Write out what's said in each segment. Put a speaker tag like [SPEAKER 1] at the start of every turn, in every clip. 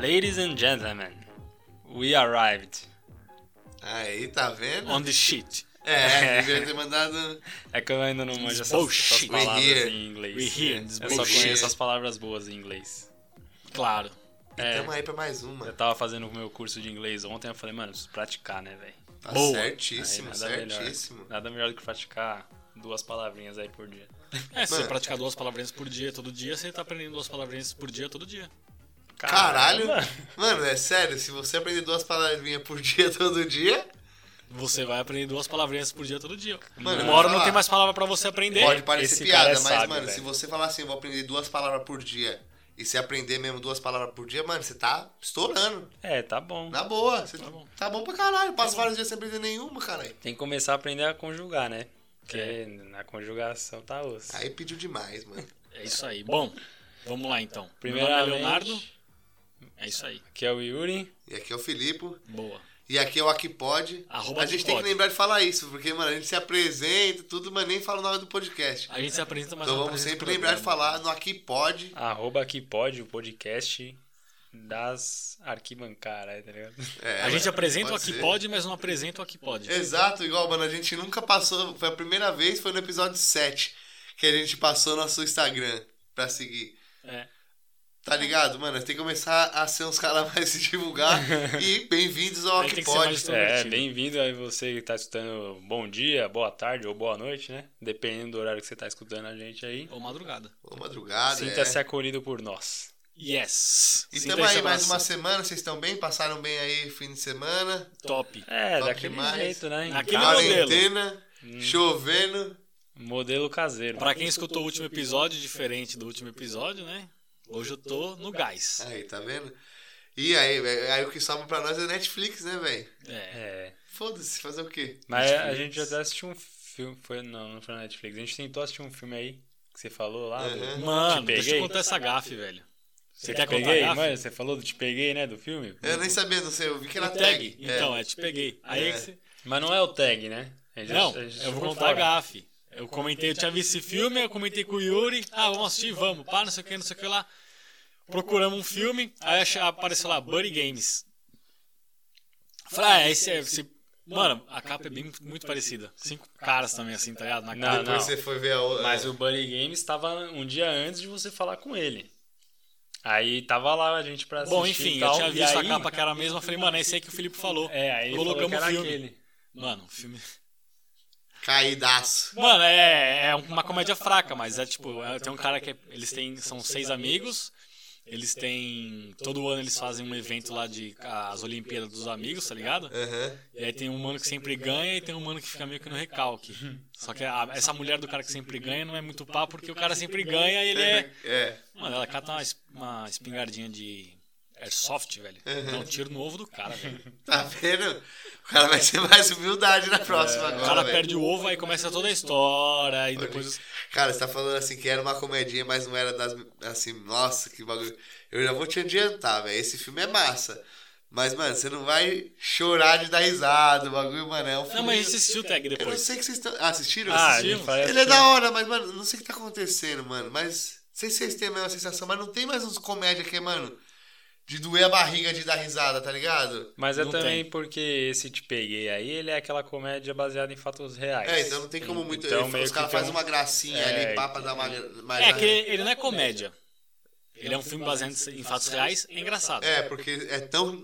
[SPEAKER 1] Ladies and gentlemen, we arrived
[SPEAKER 2] Aí, tá vendo?
[SPEAKER 1] on the shit.
[SPEAKER 2] É, devia ter mandado.
[SPEAKER 1] É que eu ainda não manjo essas, essas
[SPEAKER 3] Bullshit.
[SPEAKER 1] palavras
[SPEAKER 2] We here.
[SPEAKER 1] em inglês.
[SPEAKER 3] We here.
[SPEAKER 1] Eu só
[SPEAKER 2] Bullshit.
[SPEAKER 1] conheço as palavras boas em inglês.
[SPEAKER 3] Claro.
[SPEAKER 1] É.
[SPEAKER 2] Tamo aí pra mais uma.
[SPEAKER 1] Eu tava fazendo o meu curso de inglês ontem, eu falei, mano, eu preciso praticar, né, velho?
[SPEAKER 2] Tá
[SPEAKER 3] boa.
[SPEAKER 2] certíssimo,
[SPEAKER 1] Aí,
[SPEAKER 2] certíssimo.
[SPEAKER 1] Melhor, nada melhor do que praticar duas palavrinhas aí por dia.
[SPEAKER 3] É, se você
[SPEAKER 2] Mano.
[SPEAKER 3] praticar duas palavrinhas por dia, todo dia, você tá aprendendo duas palavrinhas por dia, todo dia.
[SPEAKER 2] Caralho!
[SPEAKER 1] Mano,
[SPEAKER 2] Mano, é sério, se você aprender duas palavrinhas por dia todo dia,
[SPEAKER 3] Você vai aprender duas palavrinhas por dia, todo dia.
[SPEAKER 2] Mano,
[SPEAKER 3] Uma hora
[SPEAKER 2] falar.
[SPEAKER 3] não tem mais palavra pra você aprender.
[SPEAKER 2] pode parecer
[SPEAKER 1] esse
[SPEAKER 2] piada,
[SPEAKER 1] cara é
[SPEAKER 2] mas,
[SPEAKER 1] sábio,
[SPEAKER 2] mano,
[SPEAKER 1] velho.
[SPEAKER 2] se você falar assim, eu vou aprender duas palavras por dia, e se aprender mesmo duas palavras por dia, mano, você tá estourando.
[SPEAKER 1] É, tá bom.
[SPEAKER 2] Na boa. Você tá,
[SPEAKER 3] Tá bom.
[SPEAKER 2] bom. pra caralho. Passa vários dias sem aprender nenhuma, caralho.
[SPEAKER 1] Tem que começar a aprender a conjugar, né? Porque na conjugação tá osso.
[SPEAKER 2] É. Aí pediu demais, mano.
[SPEAKER 3] É isso aí. Bom, vamos lá então. Primeiro é
[SPEAKER 1] Primeiramente,
[SPEAKER 3] Leonardo. É isso aí.
[SPEAKER 1] que é o Yuri.
[SPEAKER 2] E aqui é o Filipe.
[SPEAKER 3] Boa.
[SPEAKER 2] E aqui é o Aqui Pode.
[SPEAKER 3] Arroba
[SPEAKER 2] a
[SPEAKER 3] Aqui
[SPEAKER 2] gente tem que
[SPEAKER 3] Pode.
[SPEAKER 2] lembrar de falar isso, porque, mano, a gente se apresenta, tudo, mas nem fala o nome do podcast.
[SPEAKER 3] A gente se Ah, apresenta mais
[SPEAKER 2] então vamos sempre lembrar de falar no Aqui Pode.
[SPEAKER 1] Arroba que pode o podcast das arquibancadas, tá ligado?
[SPEAKER 2] É,
[SPEAKER 3] A gente
[SPEAKER 2] mano,
[SPEAKER 3] apresenta o Aqui
[SPEAKER 2] ser. É.
[SPEAKER 3] Pode, mas não apresenta o Aqui Pode.
[SPEAKER 2] Exato, igual, mano, a gente nunca passou. Foi a primeira vez, foi no episódio 7 que a gente passou nosso Instagram pra seguir.
[SPEAKER 3] É.
[SPEAKER 2] Tá ligado, mano? Tem que começar a ser uns caras mais se divulgar. e bem-vindos ao
[SPEAKER 3] Aí
[SPEAKER 2] Aqui
[SPEAKER 3] tem que ser
[SPEAKER 2] Pode.
[SPEAKER 3] mais
[SPEAKER 1] É,
[SPEAKER 3] Extrovertido.
[SPEAKER 1] bem-vindo aí você que tá escutando bom dia, boa tarde ou boa noite, né? Dependendo do horário que você tá escutando a gente aí.
[SPEAKER 3] Ou madrugada.
[SPEAKER 2] Boa madrugada.
[SPEAKER 1] Sinta-se
[SPEAKER 2] é.
[SPEAKER 1] acolhido por nós.
[SPEAKER 3] Yes.
[SPEAKER 2] E
[SPEAKER 3] Sinta
[SPEAKER 2] tamo
[SPEAKER 3] esse
[SPEAKER 2] aí mais
[SPEAKER 3] abraço.
[SPEAKER 2] uma semana, vocês estão bem? Passaram bem aí o fim de semana?
[SPEAKER 3] Top.
[SPEAKER 1] É,
[SPEAKER 2] Top
[SPEAKER 1] daquele
[SPEAKER 2] demais.
[SPEAKER 1] jeito, né? Em
[SPEAKER 3] Naquele
[SPEAKER 1] casa,
[SPEAKER 3] modelo.
[SPEAKER 2] Quarentena,
[SPEAKER 3] Hum.
[SPEAKER 2] chovendo.
[SPEAKER 1] modelo caseiro.
[SPEAKER 3] Pra quem escutou o último episódio, diferente do último episódio, né? Hoje eu tô no gás.
[SPEAKER 2] Aí, tá vendo? E aí, velho, aí o que sobra pra nós é Netflix, né, velho?
[SPEAKER 3] É.
[SPEAKER 1] É.
[SPEAKER 2] Foda-se, fazer o quê?
[SPEAKER 1] Mas a
[SPEAKER 3] Netflix.
[SPEAKER 1] gente até assistiu um filme. Foi, não, não foi na Netflix. A gente tentou assistir um filme aí que você falou lá. do-
[SPEAKER 2] Aham.
[SPEAKER 3] Mano,
[SPEAKER 1] Te
[SPEAKER 3] deixa eu
[SPEAKER 1] peguei?
[SPEAKER 3] contar essa gafe, velho. Você
[SPEAKER 1] Te
[SPEAKER 3] quer contar a É,
[SPEAKER 1] peguei?
[SPEAKER 3] gafe?
[SPEAKER 1] Mano, você falou do Te Peguei, né? Do filme?
[SPEAKER 2] Eu nem sabia, não sei, eu vi que era
[SPEAKER 3] Era
[SPEAKER 2] tag.
[SPEAKER 3] tag. Uhum. Então, é, te peguei. Aí
[SPEAKER 2] É.
[SPEAKER 3] que você...
[SPEAKER 1] Mas não é o tag, né? A gente-
[SPEAKER 3] Não,
[SPEAKER 1] a gente
[SPEAKER 3] eu vou
[SPEAKER 1] ficou
[SPEAKER 3] contar a
[SPEAKER 1] fora.
[SPEAKER 3] gafe. Eu comentei, eu tinha visto esse filme, eu comentei com o Yuri. Ah, vamos assistir, vamos. Pá, não sei o que, não sei o que lá. Procuramos um filme, aí ach- apareceu lá, Buddy Games. Falei, ah, esse é... Esse... Mano, a capa é bem muito parecida. Cinco caras também, assim, tá ligado? Na
[SPEAKER 1] Não,
[SPEAKER 3] capa.
[SPEAKER 2] Depois você foi ver a outra.
[SPEAKER 1] Mas o Buddy Games estava um dia antes de você falar com ele. Aí tava lá a gente pra assistir.
[SPEAKER 3] Bom, enfim,
[SPEAKER 1] e tal,
[SPEAKER 3] eu tinha
[SPEAKER 1] e
[SPEAKER 3] visto
[SPEAKER 1] aí-
[SPEAKER 3] a capa que era a mesma, eu falei, mano, é esse aí que o Felipe falou.
[SPEAKER 1] É, aí ele falou que
[SPEAKER 3] Colocamos
[SPEAKER 1] era
[SPEAKER 3] o filme.
[SPEAKER 1] aquele.
[SPEAKER 3] Mano, o filme...
[SPEAKER 2] Caidaço.
[SPEAKER 3] Mano, é, é uma comédia fraca, mas é tipo, é- tem um cara que é- eles têm, são seis amigos, eles têm, todo ano eles fazem um evento lá de as Olimpíadas dos Amigos, tá ligado?
[SPEAKER 2] Aham.
[SPEAKER 3] E aí tem um mano que sempre ganha e tem um mano que fica meio que no recalque. Só que a- essa mulher do cara que sempre ganha não é muito pá, porque o cara sempre ganha e ele é...
[SPEAKER 2] É.
[SPEAKER 3] Mano, ela cata uma, es- uma espingardinha de airsoft, velho. Dá um tiro no ovo do cara, velho.
[SPEAKER 2] Tá vendo? O cara vai ser mais humildade na próxima
[SPEAKER 3] É. O
[SPEAKER 2] agora,
[SPEAKER 3] cara
[SPEAKER 2] velho.
[SPEAKER 3] perde o ovo, aí começa toda a história, e depois...
[SPEAKER 2] Cara, você tá falando assim que era uma comedinha, mas não era das. Assim, nossa, que bagulho. Eu já vou te adiantar, velho. Esse filme é massa. Mas, mano, você não vai chorar de dar risada. O bagulho, mano, é um filme.
[SPEAKER 3] Não, mas a gente assistiu o tag
[SPEAKER 2] Eu não
[SPEAKER 3] depois.
[SPEAKER 2] sei que vocês estão. Ah, assistiram?
[SPEAKER 1] Ah,
[SPEAKER 2] Assistiram?
[SPEAKER 1] ele parece
[SPEAKER 2] Ele é
[SPEAKER 1] que-
[SPEAKER 2] da hora, mas, mano, não sei o que tá acontecendo, mano. Mas. Não sei se vocês têm a mesma sensação, mas não tem mais uns comédia que, é, mano. De doer a barriga de dar risada, tá ligado?
[SPEAKER 1] Mas é
[SPEAKER 3] Não
[SPEAKER 1] também porque esse Te Peguei aí, ele é aquela comédia baseada em fatos reais.
[SPEAKER 2] É, então não tem como muito.
[SPEAKER 1] Então, meio
[SPEAKER 2] os
[SPEAKER 1] que
[SPEAKER 2] caras
[SPEAKER 1] tem
[SPEAKER 2] fazem
[SPEAKER 1] um-
[SPEAKER 2] uma gracinha
[SPEAKER 1] É,
[SPEAKER 2] ali, pá, pra dar uma. gra- Mas,
[SPEAKER 3] É que ele não é comédia. Ele é um filme baseado em fatos reais, é engraçado.
[SPEAKER 2] É, porque é tão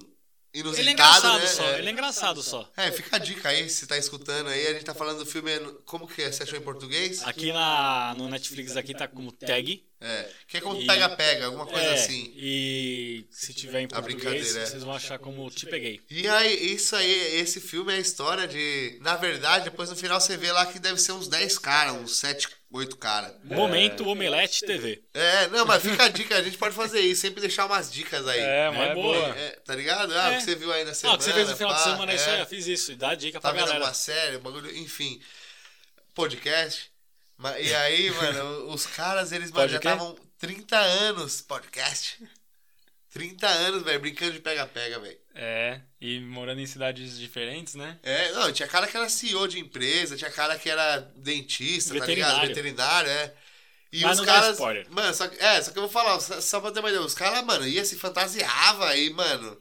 [SPEAKER 2] inusitado,
[SPEAKER 3] Ele é engraçado
[SPEAKER 2] né?
[SPEAKER 3] só,
[SPEAKER 2] é.
[SPEAKER 3] ele é engraçado só.
[SPEAKER 2] É, fica a dica aí, se você tá escutando aí, a gente tá falando do filme, como que é? Você achou em português?
[SPEAKER 3] Aqui na, no Netflix aqui tá como tag.
[SPEAKER 2] É, que é como
[SPEAKER 3] E-
[SPEAKER 2] pega-pega, alguma coisa
[SPEAKER 3] É,
[SPEAKER 2] assim.
[SPEAKER 3] E se tiver em português,
[SPEAKER 2] brincadeira, é.
[SPEAKER 3] vocês vão achar como Te Peguei.
[SPEAKER 2] E aí, isso aí, esse filme é a história de... Na verdade, depois no final você vê lá que deve ser uns 10 caras, uns 7, 8 caras.
[SPEAKER 3] Momento Omelete TV.
[SPEAKER 2] É, não, mas fica a dica, a gente pode fazer isso, sempre deixar umas dicas aí.
[SPEAKER 1] É, mas
[SPEAKER 3] É
[SPEAKER 1] é
[SPEAKER 3] boa.
[SPEAKER 1] boa.
[SPEAKER 2] É, tá ligado? Ah,
[SPEAKER 3] É.
[SPEAKER 2] o que você viu aí na semana.
[SPEAKER 3] Não, que você fez no final de
[SPEAKER 2] pá,
[SPEAKER 3] semana, é isso
[SPEAKER 2] é.
[SPEAKER 3] aí, eu fiz isso. E dá dica
[SPEAKER 2] Tá
[SPEAKER 3] pra
[SPEAKER 2] vendo
[SPEAKER 3] galera.
[SPEAKER 2] uma série, um bagulho, enfim. Podcast. Ma- E aí, mano, os caras, eles mano,
[SPEAKER 1] Pode
[SPEAKER 2] já
[SPEAKER 1] o quê?
[SPEAKER 2] estavam 30 anos podcast. 30 anos, velho, brincando de pega-pega, velho.
[SPEAKER 1] É, e morando em cidades diferentes, né?
[SPEAKER 2] É, não, tinha cara que era CEO de empresa, tinha cara que era dentista, tá ligado?
[SPEAKER 3] Veterinário.
[SPEAKER 2] Veterinário, é. E
[SPEAKER 3] Mas
[SPEAKER 2] os
[SPEAKER 3] não dá
[SPEAKER 2] caras.
[SPEAKER 3] spoiler.
[SPEAKER 2] Mano, só, que- é, só que eu vou falar, só, só pra ter uma ideia, os caras, mano, ia se fantasiava aí, mano.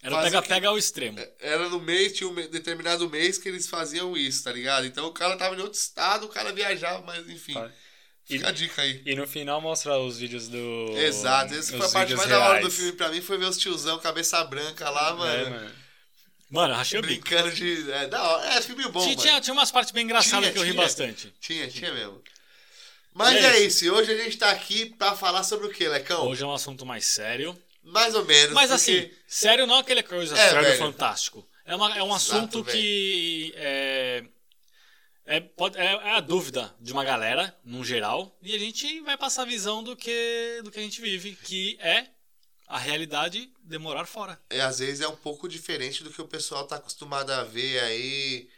[SPEAKER 3] Era
[SPEAKER 2] Faz o
[SPEAKER 3] pega-pega ao extremo.
[SPEAKER 2] Era no mês, tinha um me- determinado mês que eles faziam isso, tá ligado? Então o cara tava em outro estado, o cara viajava, mas enfim.
[SPEAKER 1] Tá.
[SPEAKER 2] Fica a dica aí.
[SPEAKER 1] E no final mostra os vídeos do.
[SPEAKER 2] Exato, essa
[SPEAKER 1] os
[SPEAKER 2] foi a parte
[SPEAKER 1] vídeos
[SPEAKER 2] mais da hora do
[SPEAKER 1] reais.
[SPEAKER 2] filme pra mim, foi ver os tiozão, cabeça branca lá,
[SPEAKER 1] É,
[SPEAKER 2] mano.
[SPEAKER 1] mano. né?
[SPEAKER 3] Mano, eu rachei o bico.
[SPEAKER 2] brincando de. É, da hora. É, filme bom,
[SPEAKER 3] Tinha,
[SPEAKER 2] mano.
[SPEAKER 3] tinha, tinha umas partes bem engraçadas
[SPEAKER 2] Tinha,
[SPEAKER 3] que eu ri
[SPEAKER 2] tinha.
[SPEAKER 3] bastante.
[SPEAKER 2] Tinha, tinha mesmo. Mas
[SPEAKER 3] E é
[SPEAKER 2] é isso. e hoje a gente tá aqui pra falar sobre o que, Lecão?
[SPEAKER 3] Hoje é um assunto mais sério.
[SPEAKER 2] Mais ou menos.
[SPEAKER 3] Mas
[SPEAKER 2] porque-
[SPEAKER 3] assim, sério não é aquela coisa
[SPEAKER 2] É,
[SPEAKER 3] sério
[SPEAKER 2] velho.
[SPEAKER 3] fantástico. É, uma, é um
[SPEAKER 2] Exato,
[SPEAKER 3] assunto
[SPEAKER 2] velho.
[SPEAKER 3] que é, é, pode- é- é a dúvida de uma galera, num geral, e a gente vai passar a visão do que, do que a gente vive, que é a realidade de morar fora.
[SPEAKER 2] é, às vezes é um pouco diferente do que o pessoal tá acostumado a ver aí,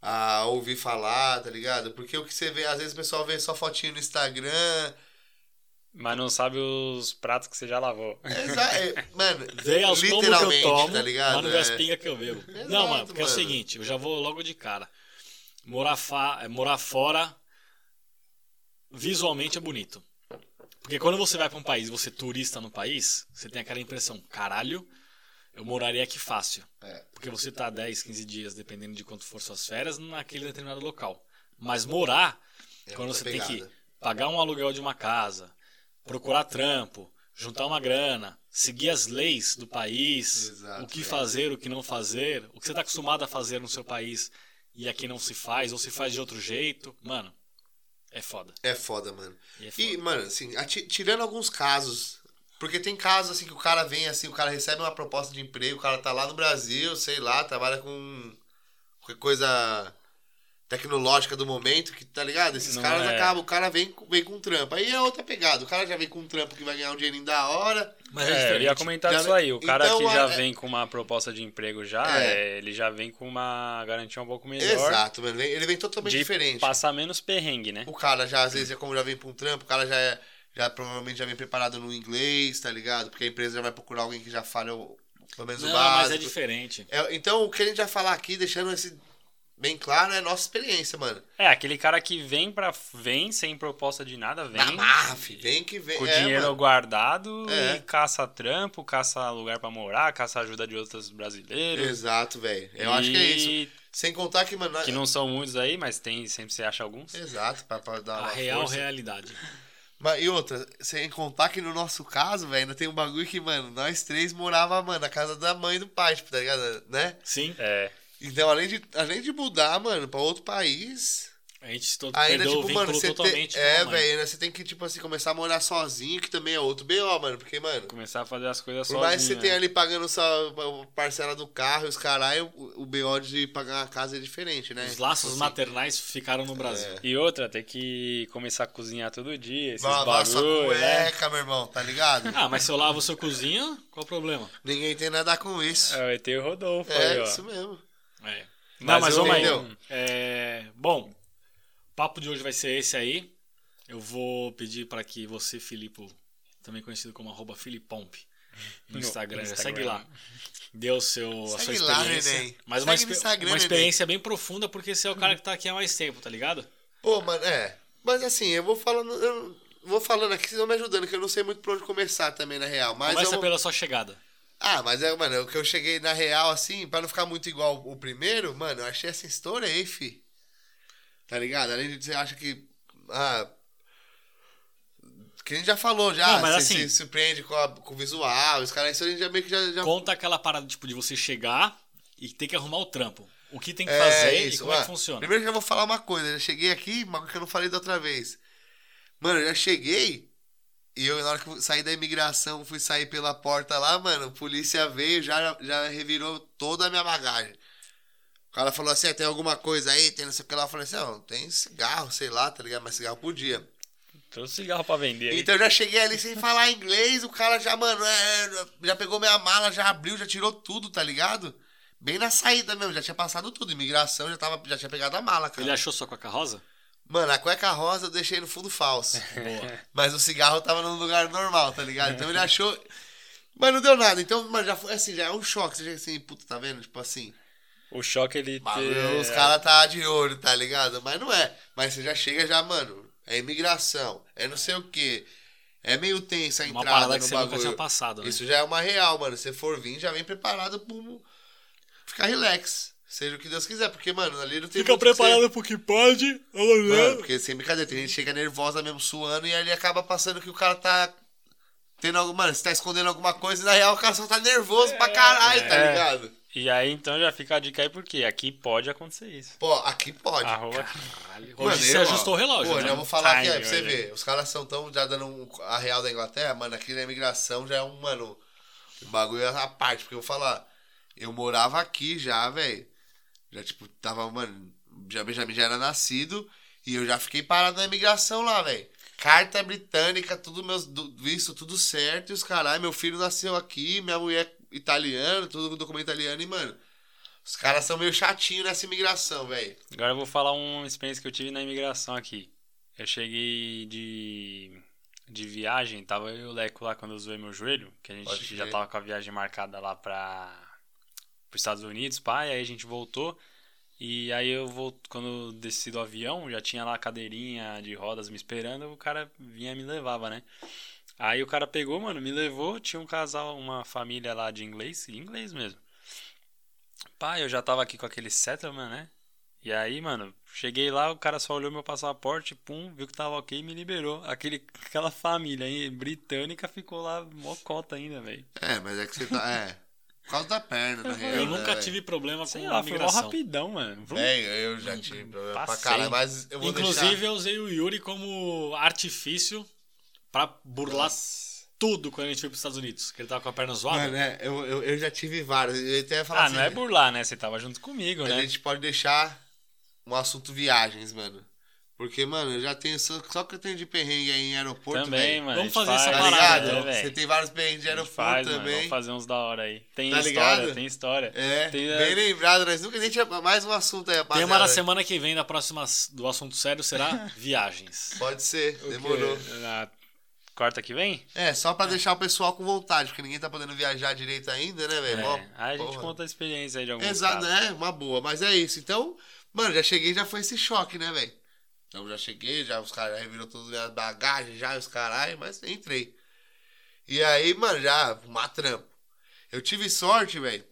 [SPEAKER 2] a ouvir falar, tá ligado? Porque o que você vê, às vezes o pessoal vê só fotinho no Instagram.
[SPEAKER 1] Mas não sabe os pratos que você já lavou.
[SPEAKER 2] É, exa- é, mano,
[SPEAKER 3] Vê aos tombos que eu
[SPEAKER 2] literalmente,
[SPEAKER 3] tomo,
[SPEAKER 2] tá ligado?
[SPEAKER 3] mas não vê as
[SPEAKER 2] É.
[SPEAKER 3] pingas que eu bebo.
[SPEAKER 2] Exato,
[SPEAKER 3] não, mano, porque é o
[SPEAKER 2] mano.
[SPEAKER 3] seguinte, eu já vou logo de cara. Morar, fa- é, morar fora visualmente é bonito. Porque quando você vai pra um país, você é turista no país, você tem aquela impressão, caralho, eu moraria aqui fácil.
[SPEAKER 2] É.
[SPEAKER 3] Porque você tá 10, 15 dias, dependendo de quanto for suas férias, naquele determinado local. Mas morar,
[SPEAKER 2] É
[SPEAKER 3] quando
[SPEAKER 2] outra
[SPEAKER 3] você tem que
[SPEAKER 2] pegada.
[SPEAKER 3] pagar um aluguel de uma casa, procurar trampo, juntar uma grana, seguir as leis do país,
[SPEAKER 2] Exato,
[SPEAKER 3] o que
[SPEAKER 2] é.
[SPEAKER 3] fazer, o que não fazer, o que você está acostumado a fazer no seu país e aqui não se faz, ou se faz de outro jeito, mano, é foda.
[SPEAKER 2] É foda, mano.
[SPEAKER 3] E é foda.
[SPEAKER 2] E, mano, assim, ati- tirando alguns casos. Porque tem casos assim que o cara vem assim, o cara recebe uma proposta de emprego, o cara tá lá no Brasil, sei lá, trabalha com qualquer coisa tecnológica do momento, que tá ligado? Esses
[SPEAKER 1] Não
[SPEAKER 2] caras
[SPEAKER 1] é.
[SPEAKER 2] acabam, o cara vem, com- vem com um trampo. Aí é outra pegada, o cara já vem com um trampo que vai ganhar um dinheirinho da hora.
[SPEAKER 3] Mas
[SPEAKER 1] É, eu ia comentar isso aí. O cara
[SPEAKER 2] Então,
[SPEAKER 1] que já
[SPEAKER 2] é-
[SPEAKER 1] vem com uma proposta de emprego já,
[SPEAKER 2] É.
[SPEAKER 1] é, ele já vem com uma garantia um pouco melhor.
[SPEAKER 2] Exato, mano. Ele- Ele vem totalmente
[SPEAKER 1] de
[SPEAKER 2] diferente.
[SPEAKER 1] Passar menos perrengue, né?
[SPEAKER 2] O cara já, às vezes, já, como já vem pra um trampo, o cara já, é- já provavelmente já vem preparado no inglês, tá ligado? Porque a empresa já vai procurar alguém que já fale o, pelo menos
[SPEAKER 3] Não,
[SPEAKER 2] o
[SPEAKER 3] mas é
[SPEAKER 2] básico.
[SPEAKER 3] diferente.
[SPEAKER 2] É, então, o que a gente vai falar aqui, deixando esse bem claro, é a nossa experiência, mano.
[SPEAKER 1] É, aquele cara que vem para vem sem proposta de nada, vem
[SPEAKER 2] Na MAF, vem que vem.
[SPEAKER 1] com o
[SPEAKER 2] é,
[SPEAKER 1] dinheiro
[SPEAKER 2] mano.
[SPEAKER 1] guardado
[SPEAKER 2] É.
[SPEAKER 1] e caça trampo, caça lugar pra morar, caça ajuda de outros brasileiros.
[SPEAKER 2] Exato, velho. Eu
[SPEAKER 1] E
[SPEAKER 2] acho que é isso. Sem contar que, mano.
[SPEAKER 1] Que não são muitos aí, mas tem, sempre você acha alguns.
[SPEAKER 2] Exato, pra, pra dar
[SPEAKER 3] A
[SPEAKER 2] uma
[SPEAKER 3] real
[SPEAKER 2] força.
[SPEAKER 3] realidade.
[SPEAKER 2] Mas, e outra, sem contar que no nosso caso, velho, ainda tem um bagulho que, mano, nós três morava, mano, na casa da mãe e do pai, tipo, tá ligado? Né?
[SPEAKER 3] Sim,
[SPEAKER 1] É,
[SPEAKER 2] Então, além de, além de mudar, mano, pra outro país,
[SPEAKER 3] a gente todo
[SPEAKER 2] ainda,
[SPEAKER 3] perdeu o
[SPEAKER 2] tipo,
[SPEAKER 3] vínculo
[SPEAKER 2] mano, você tem...
[SPEAKER 3] totalmente. né, com a
[SPEAKER 2] É,
[SPEAKER 3] mãe.
[SPEAKER 2] velho, ainda você tem que, tipo assim, começar a morar sozinho, que também é outro B.O., mano, porque, mano,
[SPEAKER 1] começar a fazer as coisas
[SPEAKER 2] por
[SPEAKER 1] sozinho.
[SPEAKER 2] mais que você
[SPEAKER 1] né?
[SPEAKER 2] tenha ali pagando sua parcela do carro e os caralho, o o B.O. de pagar a casa é diferente, né?
[SPEAKER 3] Os laços
[SPEAKER 2] Assim,
[SPEAKER 3] maternais ficaram no
[SPEAKER 2] É.
[SPEAKER 3] Brasil.
[SPEAKER 1] E outra, ter que começar a cozinhar todo dia, esses
[SPEAKER 2] Vai lavar sua
[SPEAKER 1] bagulho, né?
[SPEAKER 2] cueca, meu irmão, tá ligado?
[SPEAKER 3] Ah, mas se eu lavo o seu cozinho, qual o problema?
[SPEAKER 2] Ninguém tem nada com isso.
[SPEAKER 1] É, o ET e o Rodolfo aí,
[SPEAKER 2] É,
[SPEAKER 1] ó.
[SPEAKER 2] isso mesmo.
[SPEAKER 3] É. Não, mas
[SPEAKER 1] o-
[SPEAKER 3] vamos aí.
[SPEAKER 2] Entendeu?
[SPEAKER 3] É, bom, o papo de hoje vai ser esse aí. Eu vou pedir para que você, Filipe, também conhecido como arroba Filipomp, no,
[SPEAKER 1] No
[SPEAKER 3] Instagram,
[SPEAKER 1] Instagram.
[SPEAKER 3] segue lá. Dê o seu, a sua
[SPEAKER 2] Segue lá,
[SPEAKER 3] experiência.
[SPEAKER 2] neném.
[SPEAKER 3] mas
[SPEAKER 2] Segue
[SPEAKER 3] uma,
[SPEAKER 2] no
[SPEAKER 3] expe-
[SPEAKER 2] Instagram,
[SPEAKER 3] uma
[SPEAKER 2] neném.
[SPEAKER 3] experiência bem profunda, porque você é o cara que tá aqui há mais tempo, tá ligado?
[SPEAKER 2] Pô, mano, é. Mas assim, eu vou falando. Eu vou falando aqui, vocês vão me ajudando, que eu não sei muito por onde começar também, na real. Mas
[SPEAKER 3] Começa
[SPEAKER 2] eu...
[SPEAKER 3] pela sua chegada.
[SPEAKER 2] Ah, mas é, mano, o que eu cheguei na real, assim, pra não ficar muito igual o primeiro, mano, eu achei essa história aí, fi. Tá ligado? Além de você acha que. Ah. Que a gente já falou já,
[SPEAKER 3] Não, mas
[SPEAKER 2] você
[SPEAKER 3] assim-
[SPEAKER 2] se surpreende com, a- com o visual, os caras, isso a gente já meio que já. já...
[SPEAKER 3] Conta aquela parada tipo, de você chegar e ter que arrumar o trampo. O que tem que
[SPEAKER 2] É,
[SPEAKER 3] fazer e
[SPEAKER 2] isso,
[SPEAKER 3] como é
[SPEAKER 2] mano.
[SPEAKER 3] que funciona.
[SPEAKER 2] Primeiro que eu vou falar uma coisa, eu já cheguei aqui, mas que eu não falei da outra vez. Mano, eu já cheguei e eu, na hora que eu saí da imigração, fui sair pela porta lá, mano, a polícia veio, já, já revirou toda a minha bagagem. O cara falou assim, "Ah, tem alguma coisa aí, tem não sei o que lá. Eu falei assim, não, tem cigarro, sei lá, tá ligado? Mas cigarro podia.
[SPEAKER 1] Trouxe um cigarro pra vender aí.
[SPEAKER 2] Então eu já cheguei ali sem falar inglês, o cara já, mano, é, é, já pegou minha mala, já abriu, já tirou tudo, tá ligado? Bem na saída mesmo, já tinha passado tudo. Imigração já, tava, já tinha pegado a mala, cara.
[SPEAKER 3] Ele achou sua cueca rosa?
[SPEAKER 2] Mano, a cueca rosa eu deixei no fundo falso.
[SPEAKER 3] Boa.
[SPEAKER 2] Mas o cigarro tava no lugar normal, tá ligado? Então ele achou. Mas não deu nada. Então, mano, já foi assim, já é um choque. Você já assim, puta, tá vendo? Tipo assim.
[SPEAKER 1] O choque ele.
[SPEAKER 2] bagulho,
[SPEAKER 1] ter-
[SPEAKER 2] é. Os caras tá de olho, tá ligado? Mas não é. Mas você já chega já, mano. é imigração, é não sei o quê. É meio tenso a
[SPEAKER 3] Uma
[SPEAKER 2] entrada
[SPEAKER 3] parada que
[SPEAKER 2] no
[SPEAKER 3] você nunca
[SPEAKER 2] bagulho.
[SPEAKER 3] tinha passado, né?
[SPEAKER 2] Isso já é uma real, mano. Se for vir, já vem preparado pro ficar relax. Seja o que Deus quiser, porque, mano, ali não tem
[SPEAKER 3] Fica
[SPEAKER 2] muito o que
[SPEAKER 3] preparado pro que pode.
[SPEAKER 2] você- Mano, porque sem brincadeira, tem gente que chega nervosa mesmo, suando, e ali acaba passando que o cara tá tendo alguma. Mano, você tá escondendo alguma coisa, e na real o cara só tá nervoso pra caralho, tá
[SPEAKER 1] É.
[SPEAKER 2] ligado?
[SPEAKER 1] E aí então já fica a dica aí, porque aqui pode acontecer isso.
[SPEAKER 2] Pô, aqui pode.
[SPEAKER 1] Arroba.
[SPEAKER 3] Hoje você
[SPEAKER 2] eu, ó,
[SPEAKER 3] ajustou o relógio.
[SPEAKER 2] Pô,
[SPEAKER 3] né?
[SPEAKER 2] eu vou falar aqui,
[SPEAKER 1] Time
[SPEAKER 2] é, pra você
[SPEAKER 1] hoje.
[SPEAKER 2] ver. Os caras são tão já dando um- a real da Inglaterra, mano. Aqui na imigração já é um, mano. Um bagulho à parte, porque eu vou falar. Eu morava aqui já, velho. Já, tipo, tava, mano. Já Benjamin já era nascido. E eu já fiquei parado na imigração lá, velho. Carta britânica, tudo meus do- visto, tudo certo. E os caras, meu filho nasceu aqui, minha mulher italiana, tudo com documento italiano. E, mano, os caras são meio chatinhos nessa imigração, velho.
[SPEAKER 1] Agora eu vou falar uma experiência que eu tive na imigração aqui. Eu cheguei de, de viagem, tava eu e o Leco lá quando eu zoei meu joelho, que a gente
[SPEAKER 2] Pode crer.
[SPEAKER 1] já tava com a viagem marcada lá para os Estados Unidos, pá, e aí a gente voltou. E aí eu vou, quando eu desci do avião, já tinha lá a cadeirinha de rodas me esperando, o cara vinha e me levava, né? Aí o cara pegou, mano, me levou, tinha um casal, uma família lá de inglês, inglês mesmo. Pá, eu já tava aqui com aquele settlement, né? E aí, mano, cheguei lá, o cara só olhou meu passaporte, pum, viu que tava ok e me liberou. Aquele, aquela família aí, britânica ficou lá mocota ainda, velho.
[SPEAKER 2] É, mas é que você tá. É. Por causa da perna, na real.
[SPEAKER 3] Eu
[SPEAKER 2] né,
[SPEAKER 3] nunca
[SPEAKER 2] velho?
[SPEAKER 3] tive problema
[SPEAKER 1] Sei
[SPEAKER 3] com
[SPEAKER 1] lá, foi mó
[SPEAKER 3] imigração.
[SPEAKER 1] rapidão, mano. Vrum.
[SPEAKER 2] Bem, eu já tive problema pra
[SPEAKER 1] Hum, Passei.
[SPEAKER 2] caralho, mas eu vou
[SPEAKER 3] Inclusive,
[SPEAKER 2] deixar.
[SPEAKER 3] eu usei o Yuri como artifício pra burlar tudo quando a gente foi pros Estados Unidos. Que ele tava com a perna zoada.
[SPEAKER 2] Mano, é, eu, eu, eu já tive vários. Eu até ia falar
[SPEAKER 1] Ah,
[SPEAKER 2] assim,
[SPEAKER 1] não é burlar, né? Você tava junto comigo,
[SPEAKER 2] A
[SPEAKER 1] né?
[SPEAKER 2] gente pode deixar um assunto viagens, mano. Porque, mano, eu já tenho. Só, só que eu tenho de perrengue aí em aeroporto.
[SPEAKER 1] Também,
[SPEAKER 2] velho.
[SPEAKER 1] mano.
[SPEAKER 3] Vamos
[SPEAKER 1] a gente
[SPEAKER 3] fazer essa
[SPEAKER 1] faz,
[SPEAKER 2] Tá
[SPEAKER 3] parada,
[SPEAKER 1] né,
[SPEAKER 2] ligado?
[SPEAKER 1] velho?
[SPEAKER 2] Você tem vários perrengues de
[SPEAKER 1] A gente
[SPEAKER 2] aeroporto
[SPEAKER 1] faz, mano.
[SPEAKER 2] também.
[SPEAKER 1] Vamos fazer uns da hora aí. Tem
[SPEAKER 2] Tá
[SPEAKER 1] história,
[SPEAKER 2] ligado?
[SPEAKER 1] tem história.
[SPEAKER 2] É,
[SPEAKER 1] Tem,
[SPEAKER 2] bem
[SPEAKER 1] é,
[SPEAKER 2] lembrado, nós nunca nem tinha mais um assunto aí, rapaziada.
[SPEAKER 3] Tema da semana que vem, da próxima do assunto sério, será viagens.
[SPEAKER 2] Pode ser, demorou.
[SPEAKER 1] Na quarta que vem?
[SPEAKER 2] É, só pra deixar o pessoal com vontade, porque ninguém tá podendo viajar direito ainda, né, velho?
[SPEAKER 1] É.
[SPEAKER 2] Mó
[SPEAKER 1] Aí a gente
[SPEAKER 2] porra.
[SPEAKER 1] conta a experiência aí de alguns
[SPEAKER 2] Exato,
[SPEAKER 1] casos.
[SPEAKER 2] né? Uma boa, mas é isso. Então, mano, já cheguei já foi esse choque, né, velho? Então já cheguei, já os caras já reviram todas as minhas bagagens, já os caralho, mas entrei. E aí, mano, já uma trampo. Eu tive sorte, velho.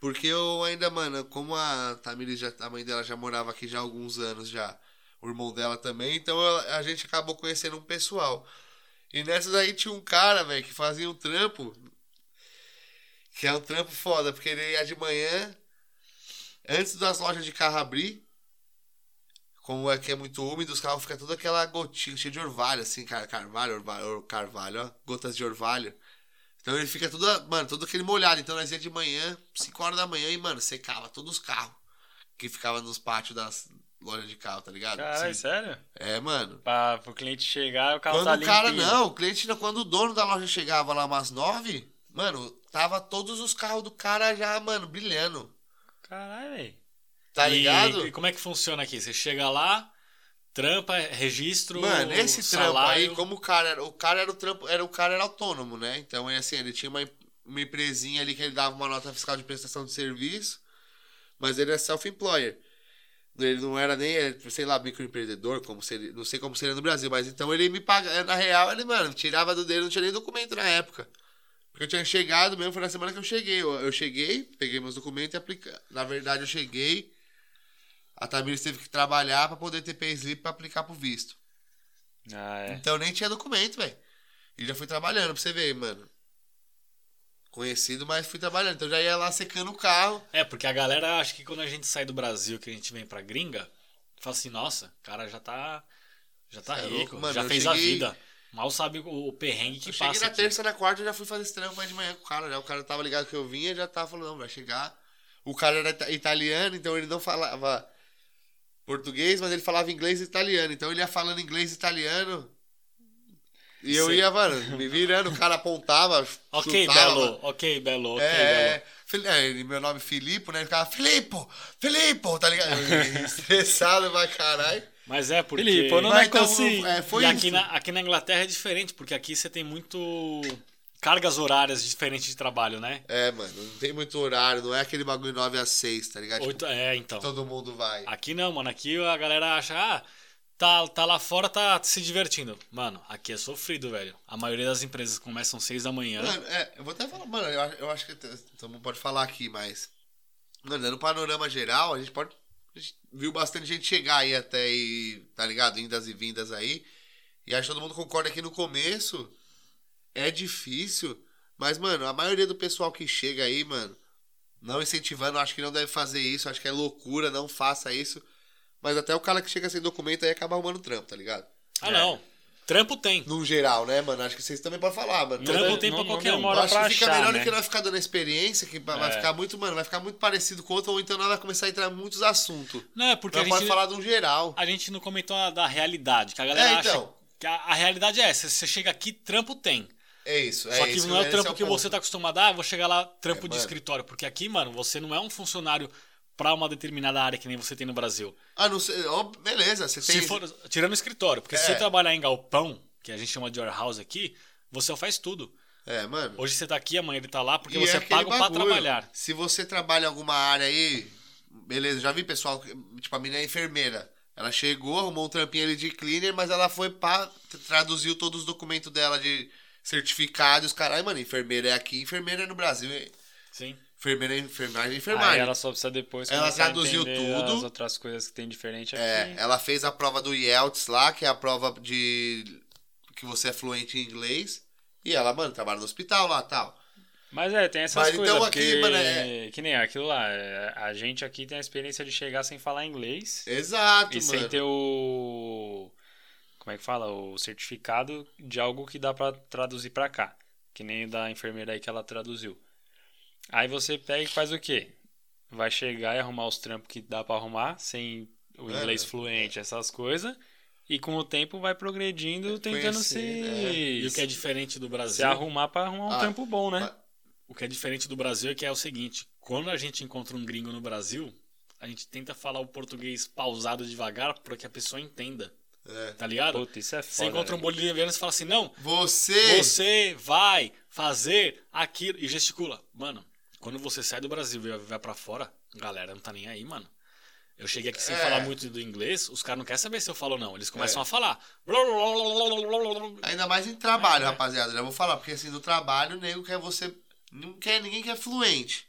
[SPEAKER 2] Porque eu ainda, mano, como a Tamiris, já, a mãe dela já morava aqui já há alguns anos já, o irmão dela também, então ela- a gente acabou conhecendo um pessoal. E nessa daí tinha um cara, velho, que fazia um trampo que é um trampo foda, porque ele ia de manhã, antes das lojas de carro abrir. Como é que é muito úmido, os carros ficam toda aquela gotinha cheia de orvalho, assim, car carvalho, orvalho, or- carvalho, ó, gotas de orvalho. Então ele fica tudo, mano, todo aquele molhado. Então nós ia de manhã, 5 horas da manhã, e, mano, secava todos os carros que ficavam nos pátios das lojas de carro, tá ligado?
[SPEAKER 1] Caralho,
[SPEAKER 2] Sim.
[SPEAKER 1] sério?
[SPEAKER 2] É, mano.
[SPEAKER 1] Pra, pro cliente chegar, o carro
[SPEAKER 2] Quando
[SPEAKER 1] tá
[SPEAKER 2] o cara
[SPEAKER 1] limpinho.
[SPEAKER 2] não, o cliente não, quando o dono da loja chegava lá umas nove, mano, tava todos os carros do cara já, mano, brilhando.
[SPEAKER 1] Caralho, velho.
[SPEAKER 2] Tá
[SPEAKER 3] E-
[SPEAKER 2] ligado?
[SPEAKER 3] E como é que funciona aqui? Você chega lá, trampa, registro,
[SPEAKER 2] Mano, esse trampo
[SPEAKER 3] salário,
[SPEAKER 2] aí, como o cara era, o cara era o trampo, era o cara era autônomo, né? Então é assim, ele tinha uma, em- uma empresinha ali que ele dava uma nota fiscal de prestação de serviço, mas ele era self-employer. Ele não era nem, eh, sei lá, microempreendedor, como seria, não sei como seria no Brasil, mas então ele me pagava, na real, ele, mano, tirava do dele, não tinha nem documento na época. Porque eu tinha chegado mesmo, foi na semana que eu cheguei. Eu, eu cheguei, peguei meus documentos e apliquei. Na verdade, eu cheguei. A Tamiris teve que trabalhar pra poder ter pay slip pra aplicar pro visto.
[SPEAKER 1] Ah, é.
[SPEAKER 2] Então nem tinha documento, velho. E já fui trabalhando pra você ver, mano. Conhecido, mas fui trabalhando. Então já ia lá secando o carro.
[SPEAKER 3] É, porque a galera acha que quando a gente sai do Brasil, que a gente vem pra gringa, fala assim, nossa, o cara já tá. Já tá
[SPEAKER 2] Cê é
[SPEAKER 3] rico,
[SPEAKER 2] louco, mano,
[SPEAKER 3] já
[SPEAKER 2] eu
[SPEAKER 3] fez a
[SPEAKER 2] cheguei-
[SPEAKER 3] vida. Mal sabe o, o perrengue que
[SPEAKER 2] eu cheguei
[SPEAKER 3] passa.
[SPEAKER 2] na
[SPEAKER 3] aqui.
[SPEAKER 2] terça, na quarta, eu já fui fazer esse trampo aí de manhã com o cara. Já. O cara tava ligado que eu vinha, já tava falando, não, vai chegar. O cara era ita- italiano, então ele não falava português, mas ele falava inglês e italiano. Então ele ia falando inglês e italiano. E eu
[SPEAKER 3] Cê-
[SPEAKER 2] ia, mano, me virando, o cara apontava.
[SPEAKER 3] Ok,
[SPEAKER 2] chutava,
[SPEAKER 3] Belo, ok, Belo, ok,
[SPEAKER 2] é,
[SPEAKER 3] Belo.
[SPEAKER 2] Fili- é, ele- meu nome é Filipe, né? Ele ficava, Filipe, Filipe, tá ligado? Eu, Estressado pra caralho.
[SPEAKER 3] Mas é porque.
[SPEAKER 1] Felipe, eu não
[SPEAKER 2] Mas
[SPEAKER 1] vai
[SPEAKER 2] então,
[SPEAKER 1] conseguir.
[SPEAKER 2] é, foi
[SPEAKER 3] e
[SPEAKER 2] isso.
[SPEAKER 3] aqui na, aqui na Inglaterra é diferente, porque aqui você tem muito. cargas horárias diferentes de trabalho, né?
[SPEAKER 2] É, mano, não tem muito horário, não é aquele bagulho 9 a 6, tá ligado? Tipo,
[SPEAKER 3] Oito- é, então.
[SPEAKER 2] todo mundo vai.
[SPEAKER 3] Aqui não, mano. Aqui a galera acha, ah, tá, tá lá fora, tá se divertindo. Mano, aqui é sofrido, velho. A maioria das empresas começam às 6 da manhã.
[SPEAKER 2] Mano, é, eu vou até falar, mano, eu, acho- eu acho que todo mundo pode falar aqui, mas. Mano, dando um panorama geral, a gente pode. A gente viu bastante gente chegar aí até e, tá ligado? Indas e vindas aí. E acho que todo mundo concorda que no começo é difícil. Mas, mano, a maioria do pessoal que chega aí, mano, não incentivando, acho que não deve fazer isso, acho que é loucura, não faça isso. Mas até o cara que chega sem documento aí acaba arrumando trampo, tá ligado?
[SPEAKER 3] Ah, não. Trampo tem.
[SPEAKER 2] Num geral, né, mano? Acho que vocês também podem falar, mano.
[SPEAKER 3] Trampo
[SPEAKER 2] Toda-
[SPEAKER 3] tem pra qualquer um.
[SPEAKER 2] eu
[SPEAKER 1] demora
[SPEAKER 2] acho
[SPEAKER 1] pra
[SPEAKER 2] que fica
[SPEAKER 1] achar,
[SPEAKER 2] melhor
[SPEAKER 1] né?
[SPEAKER 2] do que nós ficar dando a experiência, que vai vai
[SPEAKER 1] É.
[SPEAKER 2] ficar muito, mano, vai ficar muito parecido com outro, ou então nós vai começar a entrar em muitos assuntos.
[SPEAKER 3] Não, é porque
[SPEAKER 2] Nós
[SPEAKER 3] a
[SPEAKER 2] pode
[SPEAKER 3] gente,
[SPEAKER 2] falar de um geral.
[SPEAKER 3] a gente não comentou a- da realidade, que a galera
[SPEAKER 2] É,
[SPEAKER 3] acha.
[SPEAKER 2] então.
[SPEAKER 3] Que a, a realidade é essa. Você chega aqui, trampo tem.
[SPEAKER 2] É isso, é
[SPEAKER 3] Só que
[SPEAKER 2] isso.
[SPEAKER 3] não é o
[SPEAKER 2] esse
[SPEAKER 3] trampo que
[SPEAKER 2] ponto.
[SPEAKER 3] você tá acostumado. Ah, vou chegar lá, trampo
[SPEAKER 2] É,
[SPEAKER 3] de
[SPEAKER 2] mano.
[SPEAKER 3] escritório. Porque aqui, mano, você não é um funcionário pra uma determinada área que nem você tem no Brasil.
[SPEAKER 2] Ah, não sei. ó, beleza, você
[SPEAKER 3] Se
[SPEAKER 2] tem.
[SPEAKER 3] for, tirando o escritório. Porque se
[SPEAKER 2] É.
[SPEAKER 3] você trabalhar em galpão, que a gente chama de warehouse aqui, você faz tudo.
[SPEAKER 2] É, mano.
[SPEAKER 3] Hoje você tá aqui, amanhã ele tá lá, porque
[SPEAKER 2] E
[SPEAKER 3] você é
[SPEAKER 2] aquele
[SPEAKER 3] pago pra
[SPEAKER 2] bagulho.
[SPEAKER 3] trabalhar.
[SPEAKER 2] Se você trabalha em alguma área aí, beleza, já vi pessoal, que- tipo, a menina é enfermeira. Ela chegou, arrumou um trampinho ali de cleaner, mas ela foi pra. traduziu todos os documentos dela de certificados. Caralho, mano, enfermeira é aqui, enfermeira é no Brasil. hein?
[SPEAKER 3] Sim.
[SPEAKER 2] Enfermeira é enfermagem, é
[SPEAKER 1] Aí
[SPEAKER 2] enfermagem.
[SPEAKER 1] ela só precisa depois
[SPEAKER 2] Ela
[SPEAKER 1] começar a
[SPEAKER 2] traduziu
[SPEAKER 1] entender
[SPEAKER 2] tudo.
[SPEAKER 1] as outras coisas que tem diferente aqui.
[SPEAKER 2] É, ela fez a prova do IELTS lá, que é a prova de que você é fluente em inglês. E ela, mano, trabalha no hospital lá tal.
[SPEAKER 1] Mas é, tem essas
[SPEAKER 2] Mas
[SPEAKER 1] coisas.
[SPEAKER 2] então
[SPEAKER 1] porque,
[SPEAKER 2] aqui, mano, é-
[SPEAKER 1] Que nem aquilo lá. é, A gente aqui tem a experiência de chegar sem falar inglês
[SPEAKER 2] Exato,
[SPEAKER 1] e
[SPEAKER 2] mano.
[SPEAKER 1] sem ter o. Como é que fala? O certificado de algo que dá pra traduzir pra cá. Que nem da enfermeira aí que ela traduziu. Aí você pega e faz o quê? Vai chegar e arrumar os trampos que dá pra arrumar, sem o
[SPEAKER 2] É,
[SPEAKER 1] inglês
[SPEAKER 2] né?
[SPEAKER 1] fluente, essas coisas. E com o tempo vai progredindo, tentando se.
[SPEAKER 2] Conhecendo, é.
[SPEAKER 3] E o que é diferente do
[SPEAKER 1] se
[SPEAKER 3] Brasil.
[SPEAKER 1] arrumar pra arrumar um
[SPEAKER 2] Ah,
[SPEAKER 1] trampo bom, né?
[SPEAKER 2] ah,
[SPEAKER 3] O que é diferente do Brasil é que é o seguinte: quando a gente encontra um gringo no Brasil, a gente tenta falar o português pausado devagar para que a pessoa entenda,
[SPEAKER 2] É.
[SPEAKER 3] tá ligado?
[SPEAKER 1] Puta, isso é foda.
[SPEAKER 3] Você encontra um
[SPEAKER 2] né?
[SPEAKER 1] velho.
[SPEAKER 3] boliviano e fala assim: não,
[SPEAKER 2] Você,
[SPEAKER 3] você vai fazer aquilo e gesticula. Mano, quando você sai do Brasil e vai- vai pra fora, galera não tá nem aí, mano. Eu cheguei aqui sem
[SPEAKER 2] É.
[SPEAKER 3] falar muito do inglês, os caras não querem saber se eu falo ou não. Eles
[SPEAKER 2] É.
[SPEAKER 3] começam a falar.
[SPEAKER 2] Ainda mais em trabalho,
[SPEAKER 3] É, é.
[SPEAKER 2] rapaziada. Já vou falar, porque assim, no trabalho, o nego quer você. Não quer, ninguém quer fluente.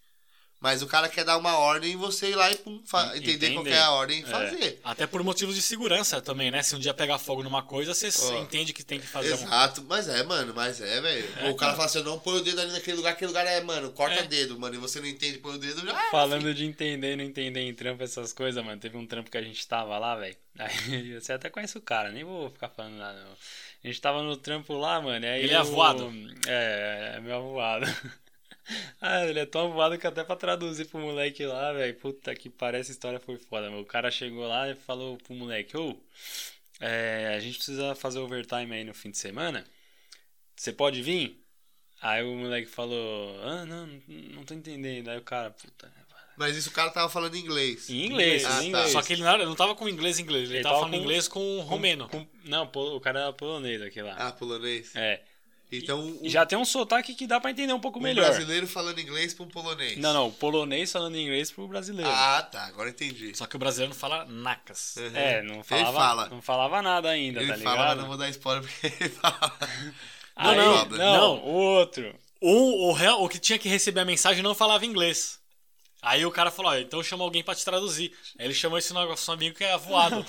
[SPEAKER 2] Mas o cara quer dar uma ordem e você ir lá e pum, fa-
[SPEAKER 1] Entender.
[SPEAKER 2] entender, qual que é a ordem e
[SPEAKER 1] É.
[SPEAKER 2] fazer.
[SPEAKER 3] Até por motivos de segurança também, né? Se um dia pegar fogo numa coisa, você
[SPEAKER 2] Ó.
[SPEAKER 3] entende que tem que
[SPEAKER 1] um-
[SPEAKER 3] fazer alguma
[SPEAKER 2] Exato, mas é, mano, mas é, velho. Ou o
[SPEAKER 1] então.
[SPEAKER 2] cara fala assim, eu não põe o dedo ali naquele lugar, aquele lugar é, mano, corta
[SPEAKER 3] É.
[SPEAKER 2] dedo, mano, e você não é entende, põe o dedo, já.
[SPEAKER 1] Falando de entender e não entender em trampo, essas coisas, mano. Teve um trampo que a gente tava lá, velho. Aí você até conhece o cara, nem vou ficar falando lá, não. A gente tava no trampo lá, mano. e Aí
[SPEAKER 3] Ele é
[SPEAKER 1] o-
[SPEAKER 3] avoado.
[SPEAKER 1] É, é meu avoado. Ah, ele é tão avoado que até pra traduzir pro moleque lá, velho. Puta que parece, a história foi foda, meu. O cara chegou lá e falou pro moleque: Ô, é, a gente precisa fazer overtime aí no fim de semana. Você pode vir? Aí o moleque falou: Ah, não, não tô entendendo. Aí o cara, puta,
[SPEAKER 2] Mas isso o cara tava falando em inglês.
[SPEAKER 1] em inglês,
[SPEAKER 2] Ah,
[SPEAKER 1] em
[SPEAKER 2] tá.
[SPEAKER 1] inglês.
[SPEAKER 3] Só que ele não, era- não tava com inglês inglês, ele,
[SPEAKER 1] Ele
[SPEAKER 3] tava,
[SPEAKER 1] tava
[SPEAKER 3] falando
[SPEAKER 1] com-
[SPEAKER 3] inglês com romeno.
[SPEAKER 1] Com- não, pol- o cara era polonês aqui lá.
[SPEAKER 2] Ah, polonês.
[SPEAKER 1] É.
[SPEAKER 2] Então, o,
[SPEAKER 1] E já tem um sotaque que dá pra entender um pouco
[SPEAKER 2] o
[SPEAKER 1] melhor.
[SPEAKER 2] brasileiro falando inglês pra um polonês.
[SPEAKER 1] Não, não, o polonês falando inglês pro brasileiro.
[SPEAKER 2] Ah, tá, agora entendi.
[SPEAKER 3] Só que o brasileiro não fala nacas.
[SPEAKER 2] Uhum.
[SPEAKER 1] É, não falava,
[SPEAKER 2] fala.
[SPEAKER 1] não falava nada ainda,
[SPEAKER 2] Ele
[SPEAKER 1] tá ligado?
[SPEAKER 2] fala, mas não vou dar spoiler porque ele fala.
[SPEAKER 1] Aí-
[SPEAKER 3] não,
[SPEAKER 1] não,
[SPEAKER 3] não.
[SPEAKER 1] o outro.
[SPEAKER 3] Ou o, real- o que tinha que receber a mensagem não falava inglês. Aí o cara falou, ó, então chama alguém pra te traduzir. Aí ele chamou esse nosso amigo que é voado.